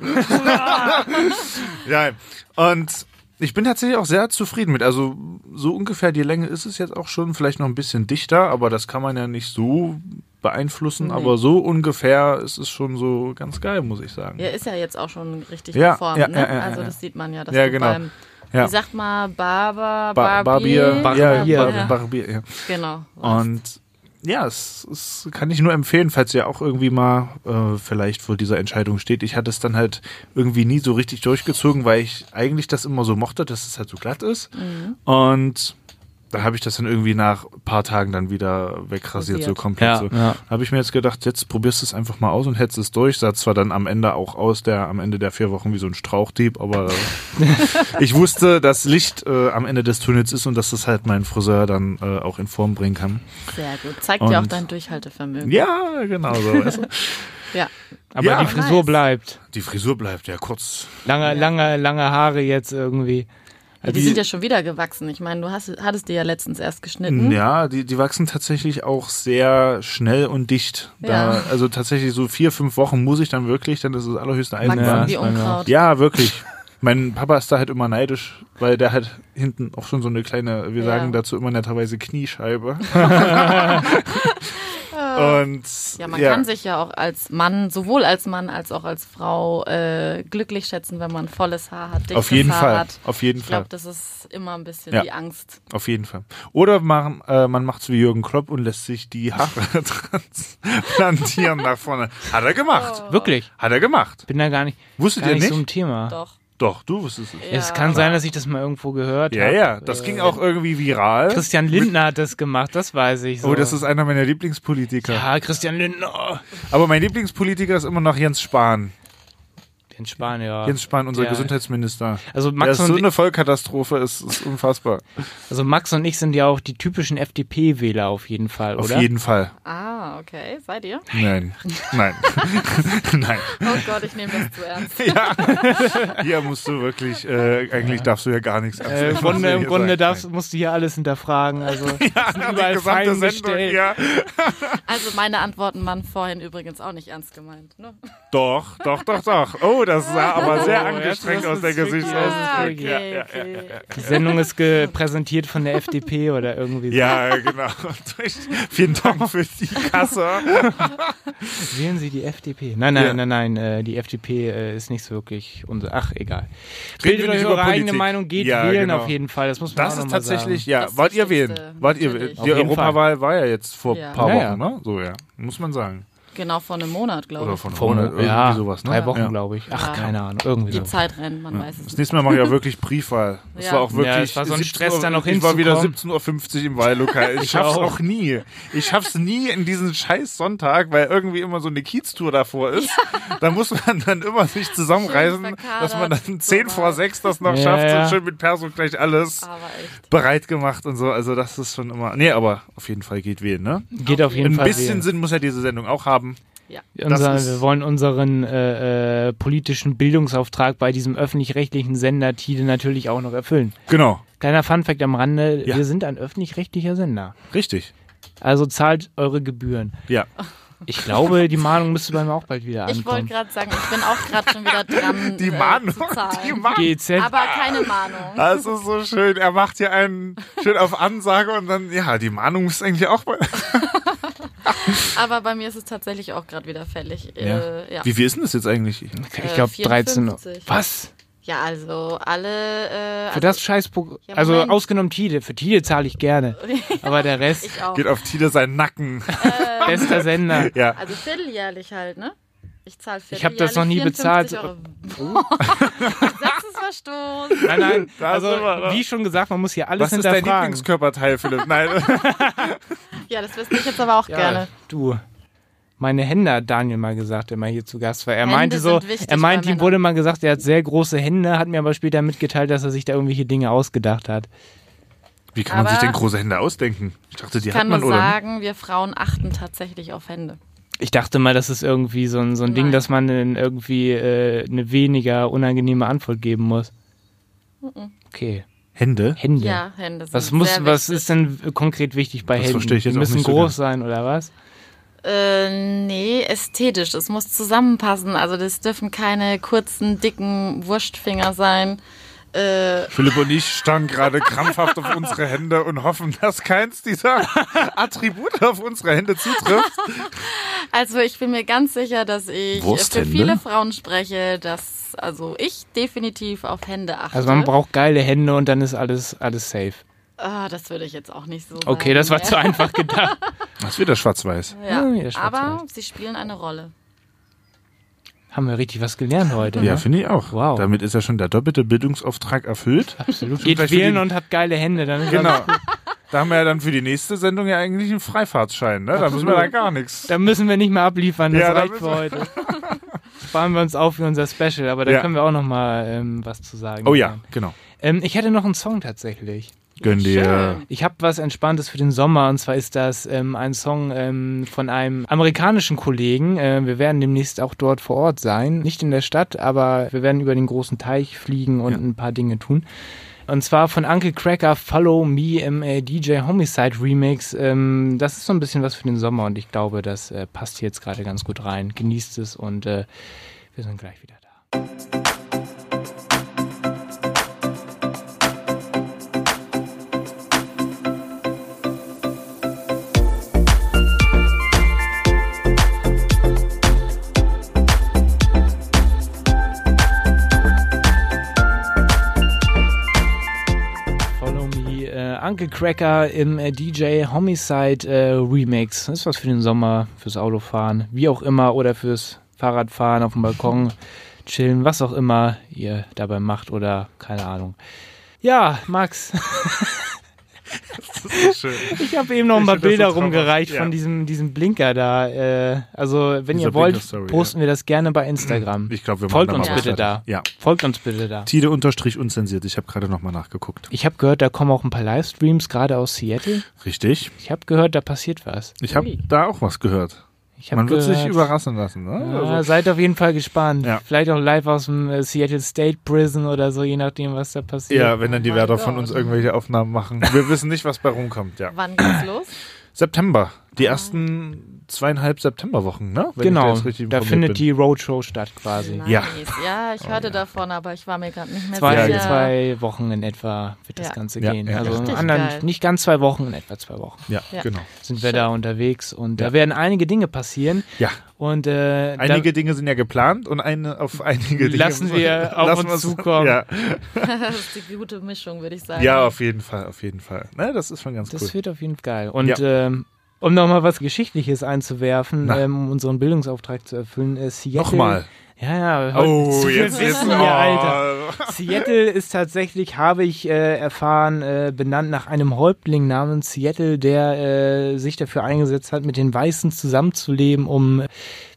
[SPEAKER 1] ja, und ich bin tatsächlich auch sehr zufrieden mit. Also so ungefähr die Länge ist es jetzt auch schon, vielleicht noch ein bisschen dichter, aber das kann man ja nicht so beeinflussen.
[SPEAKER 3] Nee.
[SPEAKER 1] Aber so ungefähr ist es schon so ganz geil, muss ich sagen.
[SPEAKER 3] Ja, ist ja jetzt auch schon richtig
[SPEAKER 1] Ja,
[SPEAKER 3] geformt.
[SPEAKER 1] ja,
[SPEAKER 3] ne?
[SPEAKER 1] ja, ja,
[SPEAKER 3] also
[SPEAKER 1] ja.
[SPEAKER 3] das sieht man ja. Dass
[SPEAKER 1] Ja,
[SPEAKER 3] du
[SPEAKER 1] genau.
[SPEAKER 3] Beim,
[SPEAKER 1] Ja.
[SPEAKER 3] Wie sagt man, Barber,
[SPEAKER 1] Ba
[SPEAKER 3] Barbier?
[SPEAKER 1] Barbier, ja,
[SPEAKER 2] Barbier.
[SPEAKER 1] Bar-
[SPEAKER 3] Ja,
[SPEAKER 1] Barbier, ja.
[SPEAKER 3] Genau.
[SPEAKER 1] Und ja, es, es kann ich nur empfehlen, falls ihr auch irgendwie mal äh, vielleicht vor dieser Entscheidung steht. Ich hatte es dann halt irgendwie nie so richtig durchgezogen, weil ich eigentlich das immer so mochte, dass es halt so glatt ist. Und dann habe ich das dann irgendwie nach ein paar Tagen dann wieder wegrasiert, so
[SPEAKER 3] Rasiert.
[SPEAKER 1] komplett.
[SPEAKER 2] ja,
[SPEAKER 1] so.
[SPEAKER 2] ja.
[SPEAKER 1] Habe ich mir jetzt gedacht, jetzt probierst du es einfach mal aus und hetzt es durch. Sah zwar dann am Ende auch aus, der am Ende der vier Wochen wie so ein Strauchdieb, aber äh, ich wusste, dass Licht äh, am Ende des Tunnels ist und dass das halt mein Friseur dann äh, auch in Form bringen kann.
[SPEAKER 3] Sehr gut. Zeigt
[SPEAKER 1] Und-
[SPEAKER 3] dir auch dein Durchhaltevermögen.
[SPEAKER 1] Ja, genau so. Weißt du?
[SPEAKER 3] Ja.
[SPEAKER 2] Aber
[SPEAKER 1] Ja.
[SPEAKER 2] die Frisur
[SPEAKER 3] Nice.
[SPEAKER 2] bleibt.
[SPEAKER 1] Die Frisur bleibt ja kurz.
[SPEAKER 2] Lange, lange, lange Haare jetzt irgendwie.
[SPEAKER 3] Die,
[SPEAKER 1] Die-
[SPEAKER 3] sind ja schon wieder gewachsen. Ich meine, du hast, hattest die ja letztens erst
[SPEAKER 2] Mhm.
[SPEAKER 3] geschnitten.
[SPEAKER 1] Ja, die, die wachsen tatsächlich auch sehr schnell und dicht. Da,
[SPEAKER 3] Ja.
[SPEAKER 1] also tatsächlich so vier, fünf Wochen muss ich dann wirklich, dann ist es allerhöchste
[SPEAKER 3] Wachsen
[SPEAKER 1] Eisenbahn.
[SPEAKER 3] wie
[SPEAKER 2] das war mir auch-
[SPEAKER 3] Unkraut.
[SPEAKER 1] Ja, wirklich. Mein Papa ist da halt immer neidisch, weil der hat hinten auch schon so eine kleine, wir sagen dazu immer netterweise Kniescheibe. Und
[SPEAKER 3] Ja, man kann sich ja auch als Mann, sowohl als Mann als auch als Frau, äh, glücklich schätzen, wenn man volles Haar hat, dickes
[SPEAKER 1] auf jeden
[SPEAKER 3] Haar
[SPEAKER 1] Fall,
[SPEAKER 3] hat.
[SPEAKER 1] auf jeden
[SPEAKER 3] Ich glaube,
[SPEAKER 1] Fall,
[SPEAKER 3] das ist immer ein bisschen
[SPEAKER 1] Ja.
[SPEAKER 3] die Angst.
[SPEAKER 1] auf jeden Fall. Oder man, äh, man macht's wie Jürgen Klopp und lässt sich die Haare transplantieren nach vorne. Hat er gemacht.
[SPEAKER 2] Wirklich?
[SPEAKER 1] Hat er gemacht.
[SPEAKER 2] Bin da gar nicht,
[SPEAKER 1] Wusstet
[SPEAKER 2] gar
[SPEAKER 1] ihr
[SPEAKER 2] nicht,
[SPEAKER 1] nicht?
[SPEAKER 2] so im Thema.
[SPEAKER 3] Doch.
[SPEAKER 1] Doch, du wusstest es.
[SPEAKER 2] Es
[SPEAKER 3] Ja.
[SPEAKER 2] kann sein, dass ich das mal irgendwo gehört
[SPEAKER 1] Ja,
[SPEAKER 2] habe.
[SPEAKER 1] ja, das ging auch irgendwie viral.
[SPEAKER 2] Christian Lindner hat das gemacht, das weiß ich. So.
[SPEAKER 1] Oh, das ist einer meiner Lieblingspolitiker.
[SPEAKER 2] Ja, Christian Lindner.
[SPEAKER 1] Aber mein Lieblingspolitiker ist immer noch Jens Spahn.
[SPEAKER 2] Den Spanier.
[SPEAKER 1] Jens Spahn, unser
[SPEAKER 2] Ja.
[SPEAKER 1] Gesundheitsminister.
[SPEAKER 2] Also
[SPEAKER 1] Der
[SPEAKER 2] Max,
[SPEAKER 1] ist so
[SPEAKER 2] und,
[SPEAKER 1] eine Vollkatastrophe, ist, ist unfassbar.
[SPEAKER 2] also Max und ich sind ja auch die typischen FDP-Wähler auf jeden Fall,
[SPEAKER 1] Auf
[SPEAKER 2] oder?
[SPEAKER 1] jeden Fall.
[SPEAKER 3] Ah, okay. Seid ihr?
[SPEAKER 1] Nein. Nein. Nein.
[SPEAKER 3] Oh Gott, ich nehme das zu ernst.
[SPEAKER 1] Hier musst du wirklich, äh, eigentlich darfst du ja gar nichts
[SPEAKER 2] Äh, Im
[SPEAKER 1] erzählen, was
[SPEAKER 2] Grunde,
[SPEAKER 1] wir
[SPEAKER 2] im
[SPEAKER 1] hier
[SPEAKER 2] Grunde
[SPEAKER 1] sagen.
[SPEAKER 2] darfst, musst du hier alles hinterfragen. Also ja, sind
[SPEAKER 1] Nein. Die
[SPEAKER 2] überall
[SPEAKER 1] gesamte
[SPEAKER 2] Fragen
[SPEAKER 1] Sendung,
[SPEAKER 2] gestellt.
[SPEAKER 1] ja.
[SPEAKER 3] Also meine Antworten waren vorhin übrigens auch nicht ernst gemeint. Ne?
[SPEAKER 1] Doch, doch, doch, doch. Oh, das sah aber sehr
[SPEAKER 2] Oh, jetzt
[SPEAKER 1] angestrengt
[SPEAKER 2] wird's
[SPEAKER 1] aus der
[SPEAKER 2] tricky.
[SPEAKER 1] Gesichtsausdruck.
[SPEAKER 3] Ah,
[SPEAKER 1] Ja, ja,
[SPEAKER 3] okay,
[SPEAKER 1] ja,
[SPEAKER 3] okay.
[SPEAKER 2] Die Sendung ist ge- präsentiert von der FDP oder irgendwie so.
[SPEAKER 1] Ja, genau. Vielen Dank für die Kasse.
[SPEAKER 2] Wählen Sie die FDP. Nein, nein,
[SPEAKER 1] Ja.
[SPEAKER 2] nein, nein, äh, die FDP äh, ist nicht so wirklich unser. Ach, egal.
[SPEAKER 1] Reden
[SPEAKER 2] Bildet
[SPEAKER 1] wir
[SPEAKER 2] euch
[SPEAKER 1] nicht
[SPEAKER 2] eure
[SPEAKER 1] über
[SPEAKER 2] eigene
[SPEAKER 1] Politik.
[SPEAKER 2] Meinung, geht
[SPEAKER 1] Ja,
[SPEAKER 2] wählen
[SPEAKER 1] genau.
[SPEAKER 2] auf jeden Fall. Das muss man
[SPEAKER 1] Das
[SPEAKER 2] auch noch
[SPEAKER 1] ist
[SPEAKER 2] mal
[SPEAKER 1] tatsächlich,
[SPEAKER 2] sagen.
[SPEAKER 1] ja.
[SPEAKER 3] Das ist
[SPEAKER 1] Wollt ihr
[SPEAKER 3] das
[SPEAKER 1] wählen?
[SPEAKER 3] Wichtigste,
[SPEAKER 1] Wollt ihr
[SPEAKER 3] natürlich.
[SPEAKER 1] wählen?
[SPEAKER 3] Auf
[SPEAKER 1] Die
[SPEAKER 2] jeden
[SPEAKER 1] Europawahl war ja jetzt vor
[SPEAKER 3] Ja.
[SPEAKER 1] ein paar
[SPEAKER 2] Ja,
[SPEAKER 1] Wochen,
[SPEAKER 2] ja.
[SPEAKER 1] ne? So, ja. Muss man sagen.
[SPEAKER 3] Genau, vor einem Monat, glaube
[SPEAKER 1] Oder
[SPEAKER 3] ich.
[SPEAKER 1] von
[SPEAKER 2] Vor,
[SPEAKER 1] Monat, irgendwie
[SPEAKER 2] ja,
[SPEAKER 1] sowas, ne?
[SPEAKER 2] drei Wochen,
[SPEAKER 1] ja.
[SPEAKER 2] glaube ich. Ach,
[SPEAKER 3] Ja.
[SPEAKER 2] keine Ahnung, irgendwie
[SPEAKER 3] Die
[SPEAKER 2] so.
[SPEAKER 3] Zeit rennt, man weiß es
[SPEAKER 1] Das
[SPEAKER 3] nicht.
[SPEAKER 1] nächste Mal mache ich ja wirklich Briefwahl. Das
[SPEAKER 3] Ja.
[SPEAKER 1] war auch wirklich.
[SPEAKER 2] Ja, es war so ein
[SPEAKER 1] 17
[SPEAKER 2] Stress,
[SPEAKER 1] Uhr,
[SPEAKER 2] da noch
[SPEAKER 1] Ich war wieder
[SPEAKER 2] hinzukommen.
[SPEAKER 1] 17.50 Uhr im Wahllokal. Ich schaff's
[SPEAKER 2] auch.
[SPEAKER 1] auch nie. Ich schaff's nie in diesen scheiß Sonntag, weil irgendwie immer so eine Kieztour davor ist. Da muss man dann immer sich zusammenreißen,
[SPEAKER 3] Schön verkadert,
[SPEAKER 1] dass man dann 10 vor
[SPEAKER 3] normal.
[SPEAKER 1] 6 das noch
[SPEAKER 2] Ja,
[SPEAKER 1] schafft
[SPEAKER 2] ja.
[SPEAKER 1] und schön mit Perso gleich alles
[SPEAKER 3] Aber echt.
[SPEAKER 1] bereit gemacht und so. Also das ist schon immer. Nee, aber auf jeden Fall geht wählen, ne?
[SPEAKER 2] Geht auf jeden
[SPEAKER 1] Ein
[SPEAKER 2] Fall.
[SPEAKER 1] bisschen
[SPEAKER 2] wählen.
[SPEAKER 1] Sinn muss ja diese Sendung auch haben.
[SPEAKER 3] Ja.
[SPEAKER 2] Unser,
[SPEAKER 1] das ist-
[SPEAKER 2] wir wollen unseren äh, äh, politischen Bildungsauftrag bei diesem öffentlich-rechtlichen Sender Tide natürlich auch noch erfüllen.
[SPEAKER 1] Genau,
[SPEAKER 2] Kleiner Funfact am Rande,
[SPEAKER 1] Ja.
[SPEAKER 2] wir sind ein öffentlich-rechtlicher Sender.
[SPEAKER 1] richtig.
[SPEAKER 2] Also zahlt eure Gebühren.
[SPEAKER 1] Ja.
[SPEAKER 2] Ich glaube, die Mahnung müsste bei mir auch bald wieder
[SPEAKER 3] Ich wollte
[SPEAKER 2] ankommen.
[SPEAKER 3] gerade sagen, ich bin auch gerade schon wieder dran.
[SPEAKER 1] Die
[SPEAKER 3] äh,
[SPEAKER 1] Mahnung,
[SPEAKER 3] zu zahlen.
[SPEAKER 1] die Mahnung.
[SPEAKER 2] GZ.
[SPEAKER 3] Aber keine Mahnung.
[SPEAKER 1] Das ist so schön. Er macht hier einen schön auf Ansage und dann, ja, die Mahnung muss eigentlich auch mal.
[SPEAKER 3] Aber bei mir ist es tatsächlich auch gerade wieder fällig. Äh, ja.
[SPEAKER 1] Wie viel ist denn das jetzt eigentlich?
[SPEAKER 2] ich glaube
[SPEAKER 3] Äh,
[SPEAKER 2] 13 Uhr.
[SPEAKER 3] 54.
[SPEAKER 2] Was?
[SPEAKER 3] ja, also alle. Äh,
[SPEAKER 2] Für
[SPEAKER 3] also
[SPEAKER 2] das Scheißprogramm.
[SPEAKER 3] Ja,
[SPEAKER 2] also
[SPEAKER 3] Moment.
[SPEAKER 2] ausgenommen Tide. Für Tide zahle ich gerne. Aber der Rest,
[SPEAKER 3] also ich auch.
[SPEAKER 1] Geht auf Tide seinen Nacken.
[SPEAKER 2] bester Sender.
[SPEAKER 1] Ja.
[SPEAKER 3] Also vierteljährlich halt, ne? Ich zahle vierteljährlich.
[SPEAKER 2] Ich hab das noch nie
[SPEAKER 3] 54
[SPEAKER 2] bezahlt.
[SPEAKER 3] Euro. Gesetzesverstoß.
[SPEAKER 2] Nein, nein.
[SPEAKER 1] Da
[SPEAKER 2] Also,
[SPEAKER 1] sind wir, ne?
[SPEAKER 2] wie schon gesagt, man muss hier alles
[SPEAKER 1] Was ist dein
[SPEAKER 2] hinterfragen.
[SPEAKER 1] Lieblingskörperteil, Philipp? Nein.
[SPEAKER 3] Ja, das wüsste ich jetzt aber auch gerne.
[SPEAKER 2] Du. Meine Hände hat Daniel mal gesagt, der mal hier zu Gast war. Er
[SPEAKER 3] Hände
[SPEAKER 2] meinte so,
[SPEAKER 3] sind wichtig
[SPEAKER 2] er meint,
[SPEAKER 3] bei
[SPEAKER 2] ihm
[SPEAKER 3] Männern.
[SPEAKER 2] wurde mal gesagt, er hat sehr große Hände, hat mir aber später mitgeteilt, dass er sich da irgendwelche Dinge ausgedacht hat.
[SPEAKER 1] Wie kann man
[SPEAKER 3] Aber-
[SPEAKER 1] sich denn große Hände ausdenken? Ich dachte, die
[SPEAKER 3] Ich
[SPEAKER 1] hat
[SPEAKER 3] kann nur
[SPEAKER 1] man, oder?
[SPEAKER 3] sagen, wir Frauen achten tatsächlich auf Hände.
[SPEAKER 2] Ich dachte mal, das ist irgendwie so ein, so ein Ding,
[SPEAKER 3] Nein.
[SPEAKER 2] dass man in irgendwie äh, eine weniger unangenehme Antwort geben muss. Okay.
[SPEAKER 1] Hände?
[SPEAKER 2] Hände.
[SPEAKER 3] Ja, Hände sind
[SPEAKER 2] Was, muss,
[SPEAKER 3] sehr
[SPEAKER 2] was
[SPEAKER 3] wichtig.
[SPEAKER 2] ist denn konkret wichtig bei
[SPEAKER 1] Das
[SPEAKER 2] Händen?
[SPEAKER 1] verstehe ich jetzt
[SPEAKER 2] Die
[SPEAKER 1] auch
[SPEAKER 2] müssen
[SPEAKER 1] nicht so genau.
[SPEAKER 2] groß
[SPEAKER 1] ganz.
[SPEAKER 2] sein, oder was?
[SPEAKER 3] Äh, nee, ästhetisch. Es muss zusammenpassen. Also das dürfen keine kurzen, dicken Wurstfinger sein. Äh,
[SPEAKER 1] Philipp und ich starren gerade krampfhaft auf unsere Hände und hoffen, dass keins dieser Attribute auf unsere Hände zutrifft.
[SPEAKER 3] Also ich bin mir ganz sicher, dass ich für
[SPEAKER 4] Wursthände?
[SPEAKER 3] viele Frauen spreche, dass also ich definitiv auf Hände achte.
[SPEAKER 2] Also man braucht geile Hände und dann ist alles, alles safe.
[SPEAKER 3] Ah, das würde ich jetzt auch nicht so sagen. ne?
[SPEAKER 2] Okay, das war zu einfach gedacht.
[SPEAKER 1] Das ist wieder schwarz-weiß.
[SPEAKER 3] Ja,
[SPEAKER 2] Ja, ja, schwarz-weiß.
[SPEAKER 3] aber sie spielen eine Rolle.
[SPEAKER 2] Haben wir richtig was gelernt heute.
[SPEAKER 1] Ja,
[SPEAKER 2] ne?
[SPEAKER 1] finde ich auch.
[SPEAKER 2] Wow.
[SPEAKER 1] Damit ist ja schon der doppelte Bildungsauftrag erfüllt.
[SPEAKER 2] Absolut. Geht
[SPEAKER 1] Vielleicht für
[SPEAKER 2] wählen
[SPEAKER 1] die-
[SPEAKER 2] und habt geile Hände. Dann ist
[SPEAKER 1] Genau. Da haben wir ja dann für die nächste Sendung ja eigentlich einen Freifahrtschein, ne? Da müssen wir dann gar nichts.
[SPEAKER 2] Da müssen wir nicht mehr abliefern, das
[SPEAKER 1] Ja, da
[SPEAKER 2] reicht
[SPEAKER 1] müssen
[SPEAKER 2] für heute. Sparen wir uns auf für unser Special, aber da
[SPEAKER 1] Ja.
[SPEAKER 2] können wir auch noch mal ähm, was zu sagen.
[SPEAKER 1] Oh ja, genau.
[SPEAKER 2] Ähm, ich hätte noch einen Song tatsächlich.
[SPEAKER 1] Gönn dir.
[SPEAKER 2] Ich habe was Entspanntes für den Sommer und zwar ist das ähm, ein Song ähm, von einem amerikanischen Kollegen. Äh, wir werden demnächst auch dort vor Ort sein. Nicht in der Stadt, aber wir werden über den großen Teich fliegen und ein paar Dinge tun. Und zwar von Uncle Cracker Follow Me im äh, DJ Homicide Remix. Ähm, das ist so ein bisschen was für den Sommer und ich glaube, das äh, passt hier jetzt gerade ganz gut rein. Genießt es und äh, wir sind gleich wieder da. Jungle äh, Cracker im äh, DJ Homicide äh, Remix. Das ist was für den Sommer, fürs Autofahren, wie auch immer, oder fürs Fahrradfahren auf dem Balkon, chillen, was auch immer ihr dabei macht oder keine Ahnung. Ja, Max.
[SPEAKER 1] Das ist so schön.
[SPEAKER 2] Ich habe eben noch ein
[SPEAKER 1] Ich
[SPEAKER 2] paar
[SPEAKER 1] find das so
[SPEAKER 2] Bilder
[SPEAKER 1] traumhaft,
[SPEAKER 2] rumgereicht
[SPEAKER 1] ja.
[SPEAKER 2] von diesem, diesem Blinker da. Äh, also, wenn
[SPEAKER 1] Dieser
[SPEAKER 2] ihr wollt,
[SPEAKER 1] Blinker-Story,
[SPEAKER 2] posten wir das gerne bei Instagram.
[SPEAKER 1] Ich glaube, wir machen da
[SPEAKER 2] Folgt
[SPEAKER 1] mal
[SPEAKER 2] uns
[SPEAKER 1] was
[SPEAKER 2] bitte da.
[SPEAKER 1] weiter. Ja.
[SPEAKER 2] Folgt uns bitte da.
[SPEAKER 1] Tide unterstrich unzensiert. Ich habe gerade nochmal nachgeguckt.
[SPEAKER 2] Ich habe gehört, da kommen auch ein paar Livestreams, gerade aus Seattle.
[SPEAKER 1] Richtig.
[SPEAKER 2] Ich habe gehört, da passiert was.
[SPEAKER 1] Ich habe da auch was gehört.
[SPEAKER 2] Ich hab
[SPEAKER 1] Man wird sich
[SPEAKER 2] gehört-
[SPEAKER 1] überraschen lassen. Ne?
[SPEAKER 2] Ja,
[SPEAKER 1] Also,
[SPEAKER 2] Ah, seid auf jeden Fall gespannt.
[SPEAKER 1] Ja.
[SPEAKER 2] Vielleicht auch live aus dem äh, Seattle State Prison oder so, je nachdem, was da passiert.
[SPEAKER 1] ja, wenn dann die
[SPEAKER 3] Oh
[SPEAKER 1] Wärter
[SPEAKER 3] mein
[SPEAKER 1] von
[SPEAKER 3] Gott.
[SPEAKER 1] uns irgendwelche Aufnahmen machen. Wir wissen nicht, was bei rumkommt. Ja.
[SPEAKER 3] Wann geht's los?
[SPEAKER 1] September.
[SPEAKER 3] Ah.
[SPEAKER 1] Die ersten zweieinhalb Septemberwochen, ne? Wenn ich da,
[SPEAKER 2] genau,
[SPEAKER 1] jetzt richtig
[SPEAKER 2] da
[SPEAKER 1] informiert
[SPEAKER 2] findet
[SPEAKER 1] bin.
[SPEAKER 2] die Roadshow statt quasi. Oh,
[SPEAKER 1] Ja.
[SPEAKER 3] Nice. Ja, ich hörte davon, aber ich war mir gerade nicht mehr
[SPEAKER 2] Zwei,
[SPEAKER 1] Ja,
[SPEAKER 3] sicher.
[SPEAKER 2] zwei Wochen in etwa wird das
[SPEAKER 3] Ja.
[SPEAKER 2] Ganze
[SPEAKER 1] Ja,
[SPEAKER 2] gehen.
[SPEAKER 1] ja,
[SPEAKER 2] also
[SPEAKER 1] richtig
[SPEAKER 2] anderen,
[SPEAKER 3] geil.
[SPEAKER 2] nicht ganz zwei Wochen, in etwa zwei Wochen
[SPEAKER 1] Ja,
[SPEAKER 3] Ja.
[SPEAKER 1] genau.
[SPEAKER 2] sind wir da unterwegs und da werden einige Dinge passieren.
[SPEAKER 1] Ja,
[SPEAKER 2] Und äh,
[SPEAKER 1] einige Dinge sind ja geplant und eine, auf einige Dinge
[SPEAKER 2] Lassen
[SPEAKER 1] müssen-
[SPEAKER 2] wir auf
[SPEAKER 1] lassen
[SPEAKER 2] uns
[SPEAKER 1] wir's-
[SPEAKER 2] zukommen.
[SPEAKER 1] Ja.
[SPEAKER 3] Das ist die gute Mischung, würde ich sagen.
[SPEAKER 1] ja, auf jeden Fall, auf jeden Fall. Na, das ist schon ganz
[SPEAKER 2] da, das
[SPEAKER 1] cool.
[SPEAKER 2] wird auf jeden Fall geil. Und
[SPEAKER 1] Ja.
[SPEAKER 2] ähm, um nochmal was Geschichtliches einzuwerfen,
[SPEAKER 1] Na.
[SPEAKER 2] ähm, um unseren Bildungsauftrag zu erfüllen, äh, Seattle.
[SPEAKER 1] Nochmal.
[SPEAKER 2] Ja, ja.
[SPEAKER 1] Oh,
[SPEAKER 2] zu viel Oh, Wissen hier, Alter. Seattle ist tatsächlich, habe ich äh, erfahren, äh, benannt nach einem Häuptling namens Seattle, der äh, sich dafür eingesetzt hat, mit den Weißen zusammenzuleben, um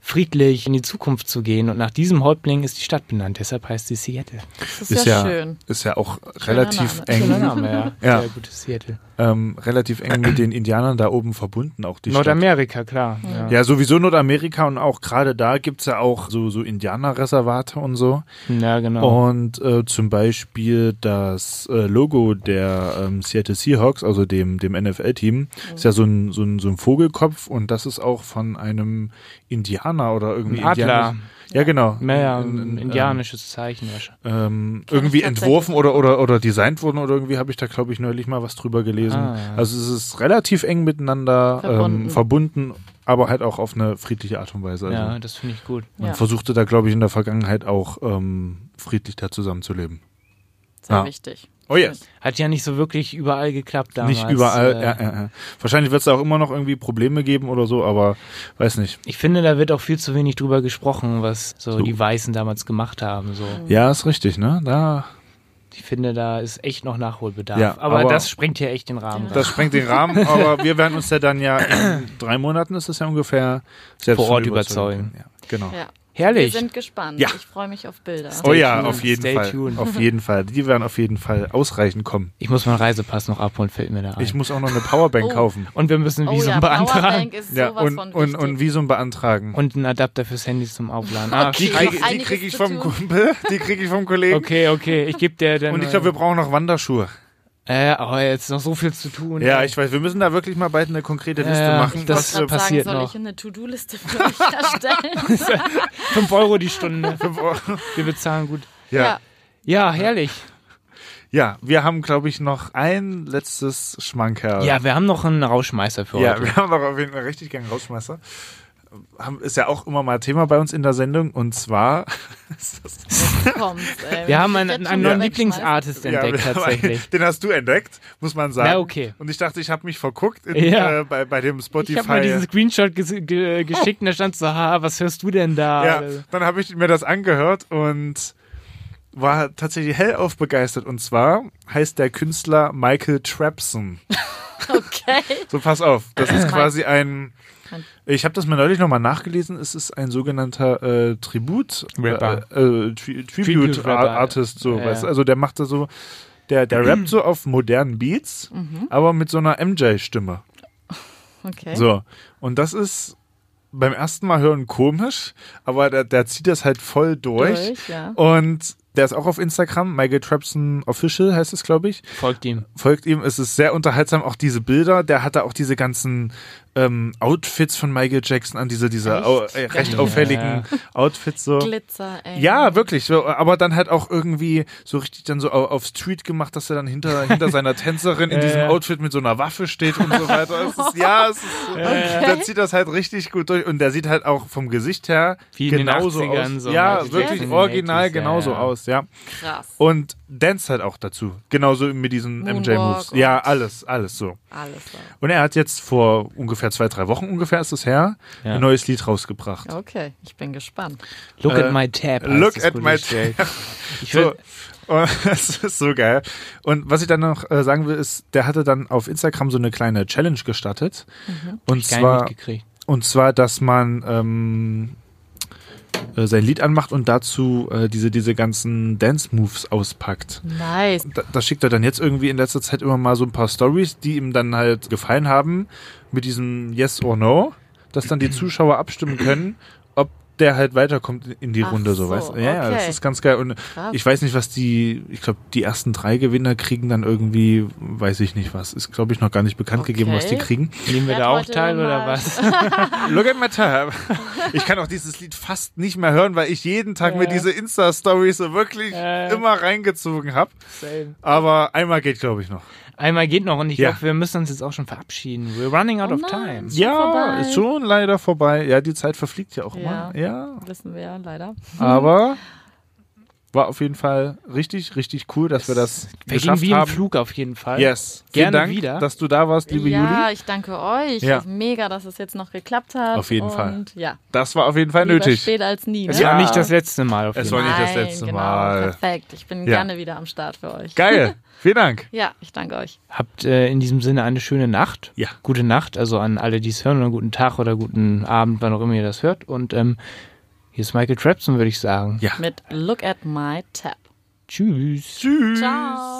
[SPEAKER 2] friedlich in die Zukunft zu gehen. Und nach diesem Häuptling ist die Stadt benannt, deshalb heißt sie Seattle.
[SPEAKER 3] Das ist,
[SPEAKER 1] Ist
[SPEAKER 3] ja,
[SPEAKER 1] ja,
[SPEAKER 3] schön.
[SPEAKER 1] ist ja auch relativ
[SPEAKER 3] Name.
[SPEAKER 2] Schöner
[SPEAKER 1] eng,
[SPEAKER 2] Name, ja.
[SPEAKER 1] Ja.
[SPEAKER 2] Sehr gutes Seattle.
[SPEAKER 1] ähm, relativ eng mit den Indianern da oben verbunden, auch die Stadt.
[SPEAKER 2] Nordamerika, klar. Ja.
[SPEAKER 1] Ja, sowieso Nordamerika und auch gerade da gibt's ja auch so, so Indianerreservate und so.
[SPEAKER 2] Ja, genau.
[SPEAKER 1] Und äh, zum Beispiel das äh, Logo der ähm, Seattle Seahawks, also dem, dem NFL-Team, ist ja so ein, so, ein, so ein Vogelkopf und das ist auch von einem Indianer oder irgendwie
[SPEAKER 2] Ein Adler.
[SPEAKER 1] Indianer- Ja, genau.
[SPEAKER 2] Naja,
[SPEAKER 1] Ein- ein-
[SPEAKER 2] ein
[SPEAKER 1] ein,
[SPEAKER 2] indianisches Zeichen. wahrscheinlich.
[SPEAKER 1] Ähm,
[SPEAKER 3] Kenn ich
[SPEAKER 1] irgendwie
[SPEAKER 3] tatsächlich.
[SPEAKER 1] entworfen oder, oder, oder designt wurden oder irgendwie habe ich da, glaube ich, neulich mal was drüber gelesen.
[SPEAKER 2] Ah, ja.
[SPEAKER 1] Also es ist relativ eng miteinander verbunden,
[SPEAKER 3] Verbunden.
[SPEAKER 1] ähm, verbunden aber halt auch auf eine friedliche Art und Weise. Also
[SPEAKER 2] Ja, das finde ich gut.
[SPEAKER 1] Man
[SPEAKER 3] Ja.
[SPEAKER 1] versuchte da, glaube ich, in der Vergangenheit auch ähm, friedlich da zusammenzuleben.
[SPEAKER 3] Sehr
[SPEAKER 1] Ja.
[SPEAKER 3] wichtig.
[SPEAKER 1] Oh yes.
[SPEAKER 2] Hat ja nicht so wirklich überall geklappt damals.
[SPEAKER 1] Nicht überall.
[SPEAKER 2] äh,
[SPEAKER 1] ja, ja, ja. Wahrscheinlich wird es da auch immer noch irgendwie Probleme geben oder so, aber weiß nicht.
[SPEAKER 2] Ich finde, da wird auch viel zu wenig drüber gesprochen, was so,
[SPEAKER 1] So.
[SPEAKER 2] die Weißen damals gemacht haben. So.
[SPEAKER 1] Ja, ist richtig, ne? Da,
[SPEAKER 2] Ich finde, da ist echt noch Nachholbedarf.
[SPEAKER 1] Ja,
[SPEAKER 2] aber,
[SPEAKER 1] aber-
[SPEAKER 2] das sprengt hier echt den Rahmen. rein.
[SPEAKER 1] das sprengt den Rahmen, aber wir werden uns ja dann ja in drei Monaten ist das ja ungefähr selbst
[SPEAKER 2] Vor Ort
[SPEAKER 1] von
[SPEAKER 2] überzeugen.
[SPEAKER 1] können. Ja, genau.
[SPEAKER 3] Ja. Wir
[SPEAKER 2] Herrlich.
[SPEAKER 3] sind gespannt.
[SPEAKER 1] Ja.
[SPEAKER 3] Ich freue mich auf Bilder.
[SPEAKER 1] oh ja,
[SPEAKER 2] tuned,
[SPEAKER 1] auf jeden
[SPEAKER 2] stay
[SPEAKER 1] Fall.
[SPEAKER 2] tuned.
[SPEAKER 1] Auf jeden Fall. Die werden auf jeden Fall ausreichend kommen.
[SPEAKER 2] Ich muss meinen Reisepass noch abholen, fällt mir da ein.
[SPEAKER 1] Ich muss auch noch eine Powerbank
[SPEAKER 3] Oh.
[SPEAKER 1] kaufen.
[SPEAKER 2] und wir müssen ein
[SPEAKER 3] oh
[SPEAKER 2] Visum
[SPEAKER 3] ja,
[SPEAKER 2] beantragen.
[SPEAKER 3] Powerbank ist
[SPEAKER 1] Ja,
[SPEAKER 3] sowas
[SPEAKER 1] und,
[SPEAKER 3] von
[SPEAKER 1] und, und Visum beantragen.
[SPEAKER 2] Und einen Adapter fürs Handy zum Aufladen. Ah,
[SPEAKER 1] die
[SPEAKER 3] Okay.
[SPEAKER 2] scheiße.
[SPEAKER 1] kriege
[SPEAKER 3] noch
[SPEAKER 1] die
[SPEAKER 3] einiges
[SPEAKER 1] krieg ich
[SPEAKER 3] zu
[SPEAKER 1] vom
[SPEAKER 3] tun.
[SPEAKER 1] Kumpel, die kriege ich vom Kollegen.
[SPEAKER 2] Okay, okay, ich gebe dir dann.
[SPEAKER 1] Und ich glaube, wir brauchen noch Wanderschuhe.
[SPEAKER 2] äh, aber jetzt ist noch so viel zu tun.
[SPEAKER 1] Ja, ich weiß, wir müssen da wirklich mal bald eine konkrete Liste
[SPEAKER 2] Ja,
[SPEAKER 1] machen. was
[SPEAKER 2] das
[SPEAKER 3] Ich wollte
[SPEAKER 1] wir
[SPEAKER 3] gerade
[SPEAKER 2] passiert
[SPEAKER 3] sagen, soll
[SPEAKER 2] noch.
[SPEAKER 3] ich eine To-Do-Liste für euch erstellen?
[SPEAKER 2] 5 Euro die Stunde. Wir bezahlen gut.
[SPEAKER 1] ja.
[SPEAKER 2] Ja, herrlich.
[SPEAKER 1] ja, wir haben, glaube ich, noch ein letztes Schmankerl.
[SPEAKER 2] Ja, wir haben noch einen Rauschmeister für
[SPEAKER 1] ja
[SPEAKER 2] heute.
[SPEAKER 1] wir haben doch auf jeden Fall richtig gern Rausschmeißer. Haben, ist ja auch immer mal Thema bei uns in der Sendung. Und zwar ist das
[SPEAKER 3] Kommt, ey.
[SPEAKER 2] Wir haben einen,
[SPEAKER 3] Jetzt schon
[SPEAKER 2] einen
[SPEAKER 3] wieder
[SPEAKER 2] neuen
[SPEAKER 3] wegschmeißen.
[SPEAKER 2] Lieblingsartist
[SPEAKER 1] Ja,
[SPEAKER 2] entdeckt
[SPEAKER 1] wir haben-
[SPEAKER 2] tatsächlich.
[SPEAKER 1] Den hast du entdeckt, muss man sagen.
[SPEAKER 2] Na, okay.
[SPEAKER 1] Und ich dachte, ich habe mich verguckt in,
[SPEAKER 2] Ja.
[SPEAKER 1] äh, bei, bei dem
[SPEAKER 2] Ich
[SPEAKER 1] Spotify. Oh.
[SPEAKER 2] habe mir diesen Screenshot ges ge geschickt und da stand so, ha, was hörst du denn da? Also,
[SPEAKER 1] ja, dann habe ich mir das angehört und war tatsächlich hellauf begeistert. Und zwar heißt der Künstler Michael Trapson.
[SPEAKER 3] Okay.
[SPEAKER 1] So, pass auf, das ist quasi ein.
[SPEAKER 3] Mann.
[SPEAKER 1] Ich habe das mal neulich nochmal nachgelesen. Es ist ein sogenannter äh, Tribut.
[SPEAKER 2] Rapper.
[SPEAKER 1] Äh, äh, Tri Tribute,
[SPEAKER 2] Tribute Rapper,
[SPEAKER 1] Ar- Artist, so,
[SPEAKER 2] ja.
[SPEAKER 1] weißt du? Also, der macht da so. Der, der rappt so auf modernen Beats, aber mit so einer MJ-Stimme.
[SPEAKER 3] Okay.
[SPEAKER 1] So, und das ist beim ersten Mal hören komisch, aber der, der zieht das halt voll durch.
[SPEAKER 3] Durch, ja.
[SPEAKER 1] Und der ist auch auf Instagram, Michael Trapson Official heißt es, glaube ich.
[SPEAKER 2] Folgt ihm.
[SPEAKER 1] Folgt ihm, es ist sehr unterhaltsam, auch diese Bilder. Der hatte auch diese ganzen ähm, Outfits von Michael Jackson an, diese, diese
[SPEAKER 3] Echt?
[SPEAKER 1] au äh, recht
[SPEAKER 2] Ja.
[SPEAKER 1] auffälligen Outfits so.
[SPEAKER 3] Glitzer, ey.
[SPEAKER 1] Ja, wirklich. So, aber dann halt auch irgendwie so richtig dann so au- auf Street gemacht, dass er dann hinter, hinter seiner Tänzerin in
[SPEAKER 2] Ja,
[SPEAKER 1] diesem
[SPEAKER 2] ja.
[SPEAKER 1] Outfit mit so einer Waffe steht und so weiter. Es ist, ja, es ist, der zieht das halt richtig gut durch und der sieht halt auch vom Gesicht her
[SPEAKER 2] Wie in den
[SPEAKER 1] genauso
[SPEAKER 2] 80ern
[SPEAKER 1] aus.
[SPEAKER 2] so, ne?
[SPEAKER 1] ja,
[SPEAKER 2] Michael
[SPEAKER 1] wirklich
[SPEAKER 2] Jackson in den
[SPEAKER 1] original
[SPEAKER 2] 80s, ja,
[SPEAKER 1] genauso
[SPEAKER 2] ja.
[SPEAKER 1] aus, ja.
[SPEAKER 3] Krass.
[SPEAKER 1] Und danst halt auch dazu. Genauso mit diesen MJ-Moves.
[SPEAKER 3] Moonwalk
[SPEAKER 1] Ja,
[SPEAKER 3] und-
[SPEAKER 1] alles, alles so.
[SPEAKER 3] Alles klar.
[SPEAKER 1] Und er hat jetzt vor ungefähr zwei, drei Wochen ungefähr ist es her,
[SPEAKER 2] Ja.
[SPEAKER 1] ein neues Lied rausgebracht.
[SPEAKER 3] Okay, ich bin gespannt.
[SPEAKER 2] Look
[SPEAKER 1] Äh,
[SPEAKER 2] at my tab. heißt
[SPEAKER 1] Look
[SPEAKER 2] das
[SPEAKER 1] at my
[SPEAKER 2] Gedicht. Ich
[SPEAKER 1] So.
[SPEAKER 2] würd,
[SPEAKER 1] Und das ist so geil. Und was ich dann noch äh, sagen will, ist, der hatte dann auf Instagram so eine kleine Challenge gestartet. Und,
[SPEAKER 2] Mhm. ich gar nicht
[SPEAKER 1] zwar,
[SPEAKER 2] mitgekriegt.
[SPEAKER 1] und zwar, dass man ähm, äh, sein Lied anmacht und dazu äh, diese, diese ganzen Dance-Moves auspackt.
[SPEAKER 3] Nice.
[SPEAKER 1] Da, das schickt er dann jetzt irgendwie in letzter Zeit immer mal so ein paar Stories, die ihm dann halt gefallen haben, mit diesem Yes or No, dass dann die Zuschauer abstimmen können, ob der halt weiterkommt in die
[SPEAKER 3] Ach
[SPEAKER 1] Runde, so,
[SPEAKER 3] so,
[SPEAKER 1] weißt du? Ja, ja, das
[SPEAKER 3] okay.
[SPEAKER 1] ist ganz geil. Und
[SPEAKER 3] Krass.
[SPEAKER 1] ich weiß nicht, was die, ich glaube, die ersten drei Gewinner kriegen dann irgendwie, weiß ich nicht was. Ist, glaube ich, noch gar nicht bekannt
[SPEAKER 3] Okay.
[SPEAKER 1] gegeben, was die kriegen.
[SPEAKER 2] Nehmen wir
[SPEAKER 3] Wer
[SPEAKER 2] da
[SPEAKER 3] hat
[SPEAKER 2] auch
[SPEAKER 3] heute
[SPEAKER 2] teil
[SPEAKER 3] mal-
[SPEAKER 2] oder was?
[SPEAKER 1] Look at my tab. Ich kann auch dieses Lied fast nicht mehr hören, weil ich jeden Tag mir
[SPEAKER 2] Ja.
[SPEAKER 1] diese Insta-Stories so wirklich
[SPEAKER 2] Ja.
[SPEAKER 1] immer reingezogen habe. Aber einmal geht, glaube ich, noch.
[SPEAKER 2] Einmal geht noch und ich
[SPEAKER 1] Ja.
[SPEAKER 2] glaube, wir müssen uns jetzt auch schon verabschieden. We're running out
[SPEAKER 3] Oh
[SPEAKER 2] of
[SPEAKER 3] nein.
[SPEAKER 2] time.
[SPEAKER 1] Ja,
[SPEAKER 3] vorbei.
[SPEAKER 1] ist schon leider vorbei. Ja, die Zeit verfliegt ja auch
[SPEAKER 3] Ja. Mhm.
[SPEAKER 1] immer. Ja,
[SPEAKER 3] Wissen wir ja leider.
[SPEAKER 1] aber war auf jeden Fall richtig, richtig cool, dass wir das
[SPEAKER 2] Wir gehen
[SPEAKER 1] geschafft
[SPEAKER 2] wie im
[SPEAKER 1] haben.
[SPEAKER 2] Flug auf jeden Fall.
[SPEAKER 1] Yes. Vielen
[SPEAKER 2] Gerne
[SPEAKER 1] Dank,
[SPEAKER 2] wieder.
[SPEAKER 1] dass du da warst, liebe
[SPEAKER 3] ja,
[SPEAKER 1] Juli.
[SPEAKER 3] ich danke euch.
[SPEAKER 1] Ja.
[SPEAKER 3] Mega, dass es jetzt noch geklappt hat.
[SPEAKER 1] Auf jeden
[SPEAKER 3] und
[SPEAKER 1] Fall.
[SPEAKER 3] Ja,
[SPEAKER 1] Das war auf jeden Fall
[SPEAKER 3] lieber
[SPEAKER 1] nötig.
[SPEAKER 3] spät als nie. Ne?
[SPEAKER 2] Es
[SPEAKER 1] Ja.
[SPEAKER 2] war nicht das letzte Mal auf
[SPEAKER 1] Es
[SPEAKER 2] jeden
[SPEAKER 1] war
[SPEAKER 2] Fall.
[SPEAKER 1] nicht das
[SPEAKER 3] Nein,
[SPEAKER 1] letzte
[SPEAKER 3] genau,
[SPEAKER 1] Mal.
[SPEAKER 3] Perfekt. Ich bin
[SPEAKER 1] Ja.
[SPEAKER 3] gerne wieder am Start für euch.
[SPEAKER 1] Geil. Vielen Dank.
[SPEAKER 3] Ja, ich danke euch.
[SPEAKER 2] Habt äh, in diesem Sinne eine schöne Nacht.
[SPEAKER 1] Ja.
[SPEAKER 2] Gute Nacht, also an alle, die es hören, oder guten Tag oder guten Abend, wann auch immer ihr das hört. Und ähm, hier ist Michael Trapson, würde ich sagen.
[SPEAKER 1] Ja.
[SPEAKER 3] Mit Look at my Tab.
[SPEAKER 2] Tschüss.
[SPEAKER 1] Tschüss.
[SPEAKER 3] Ciao.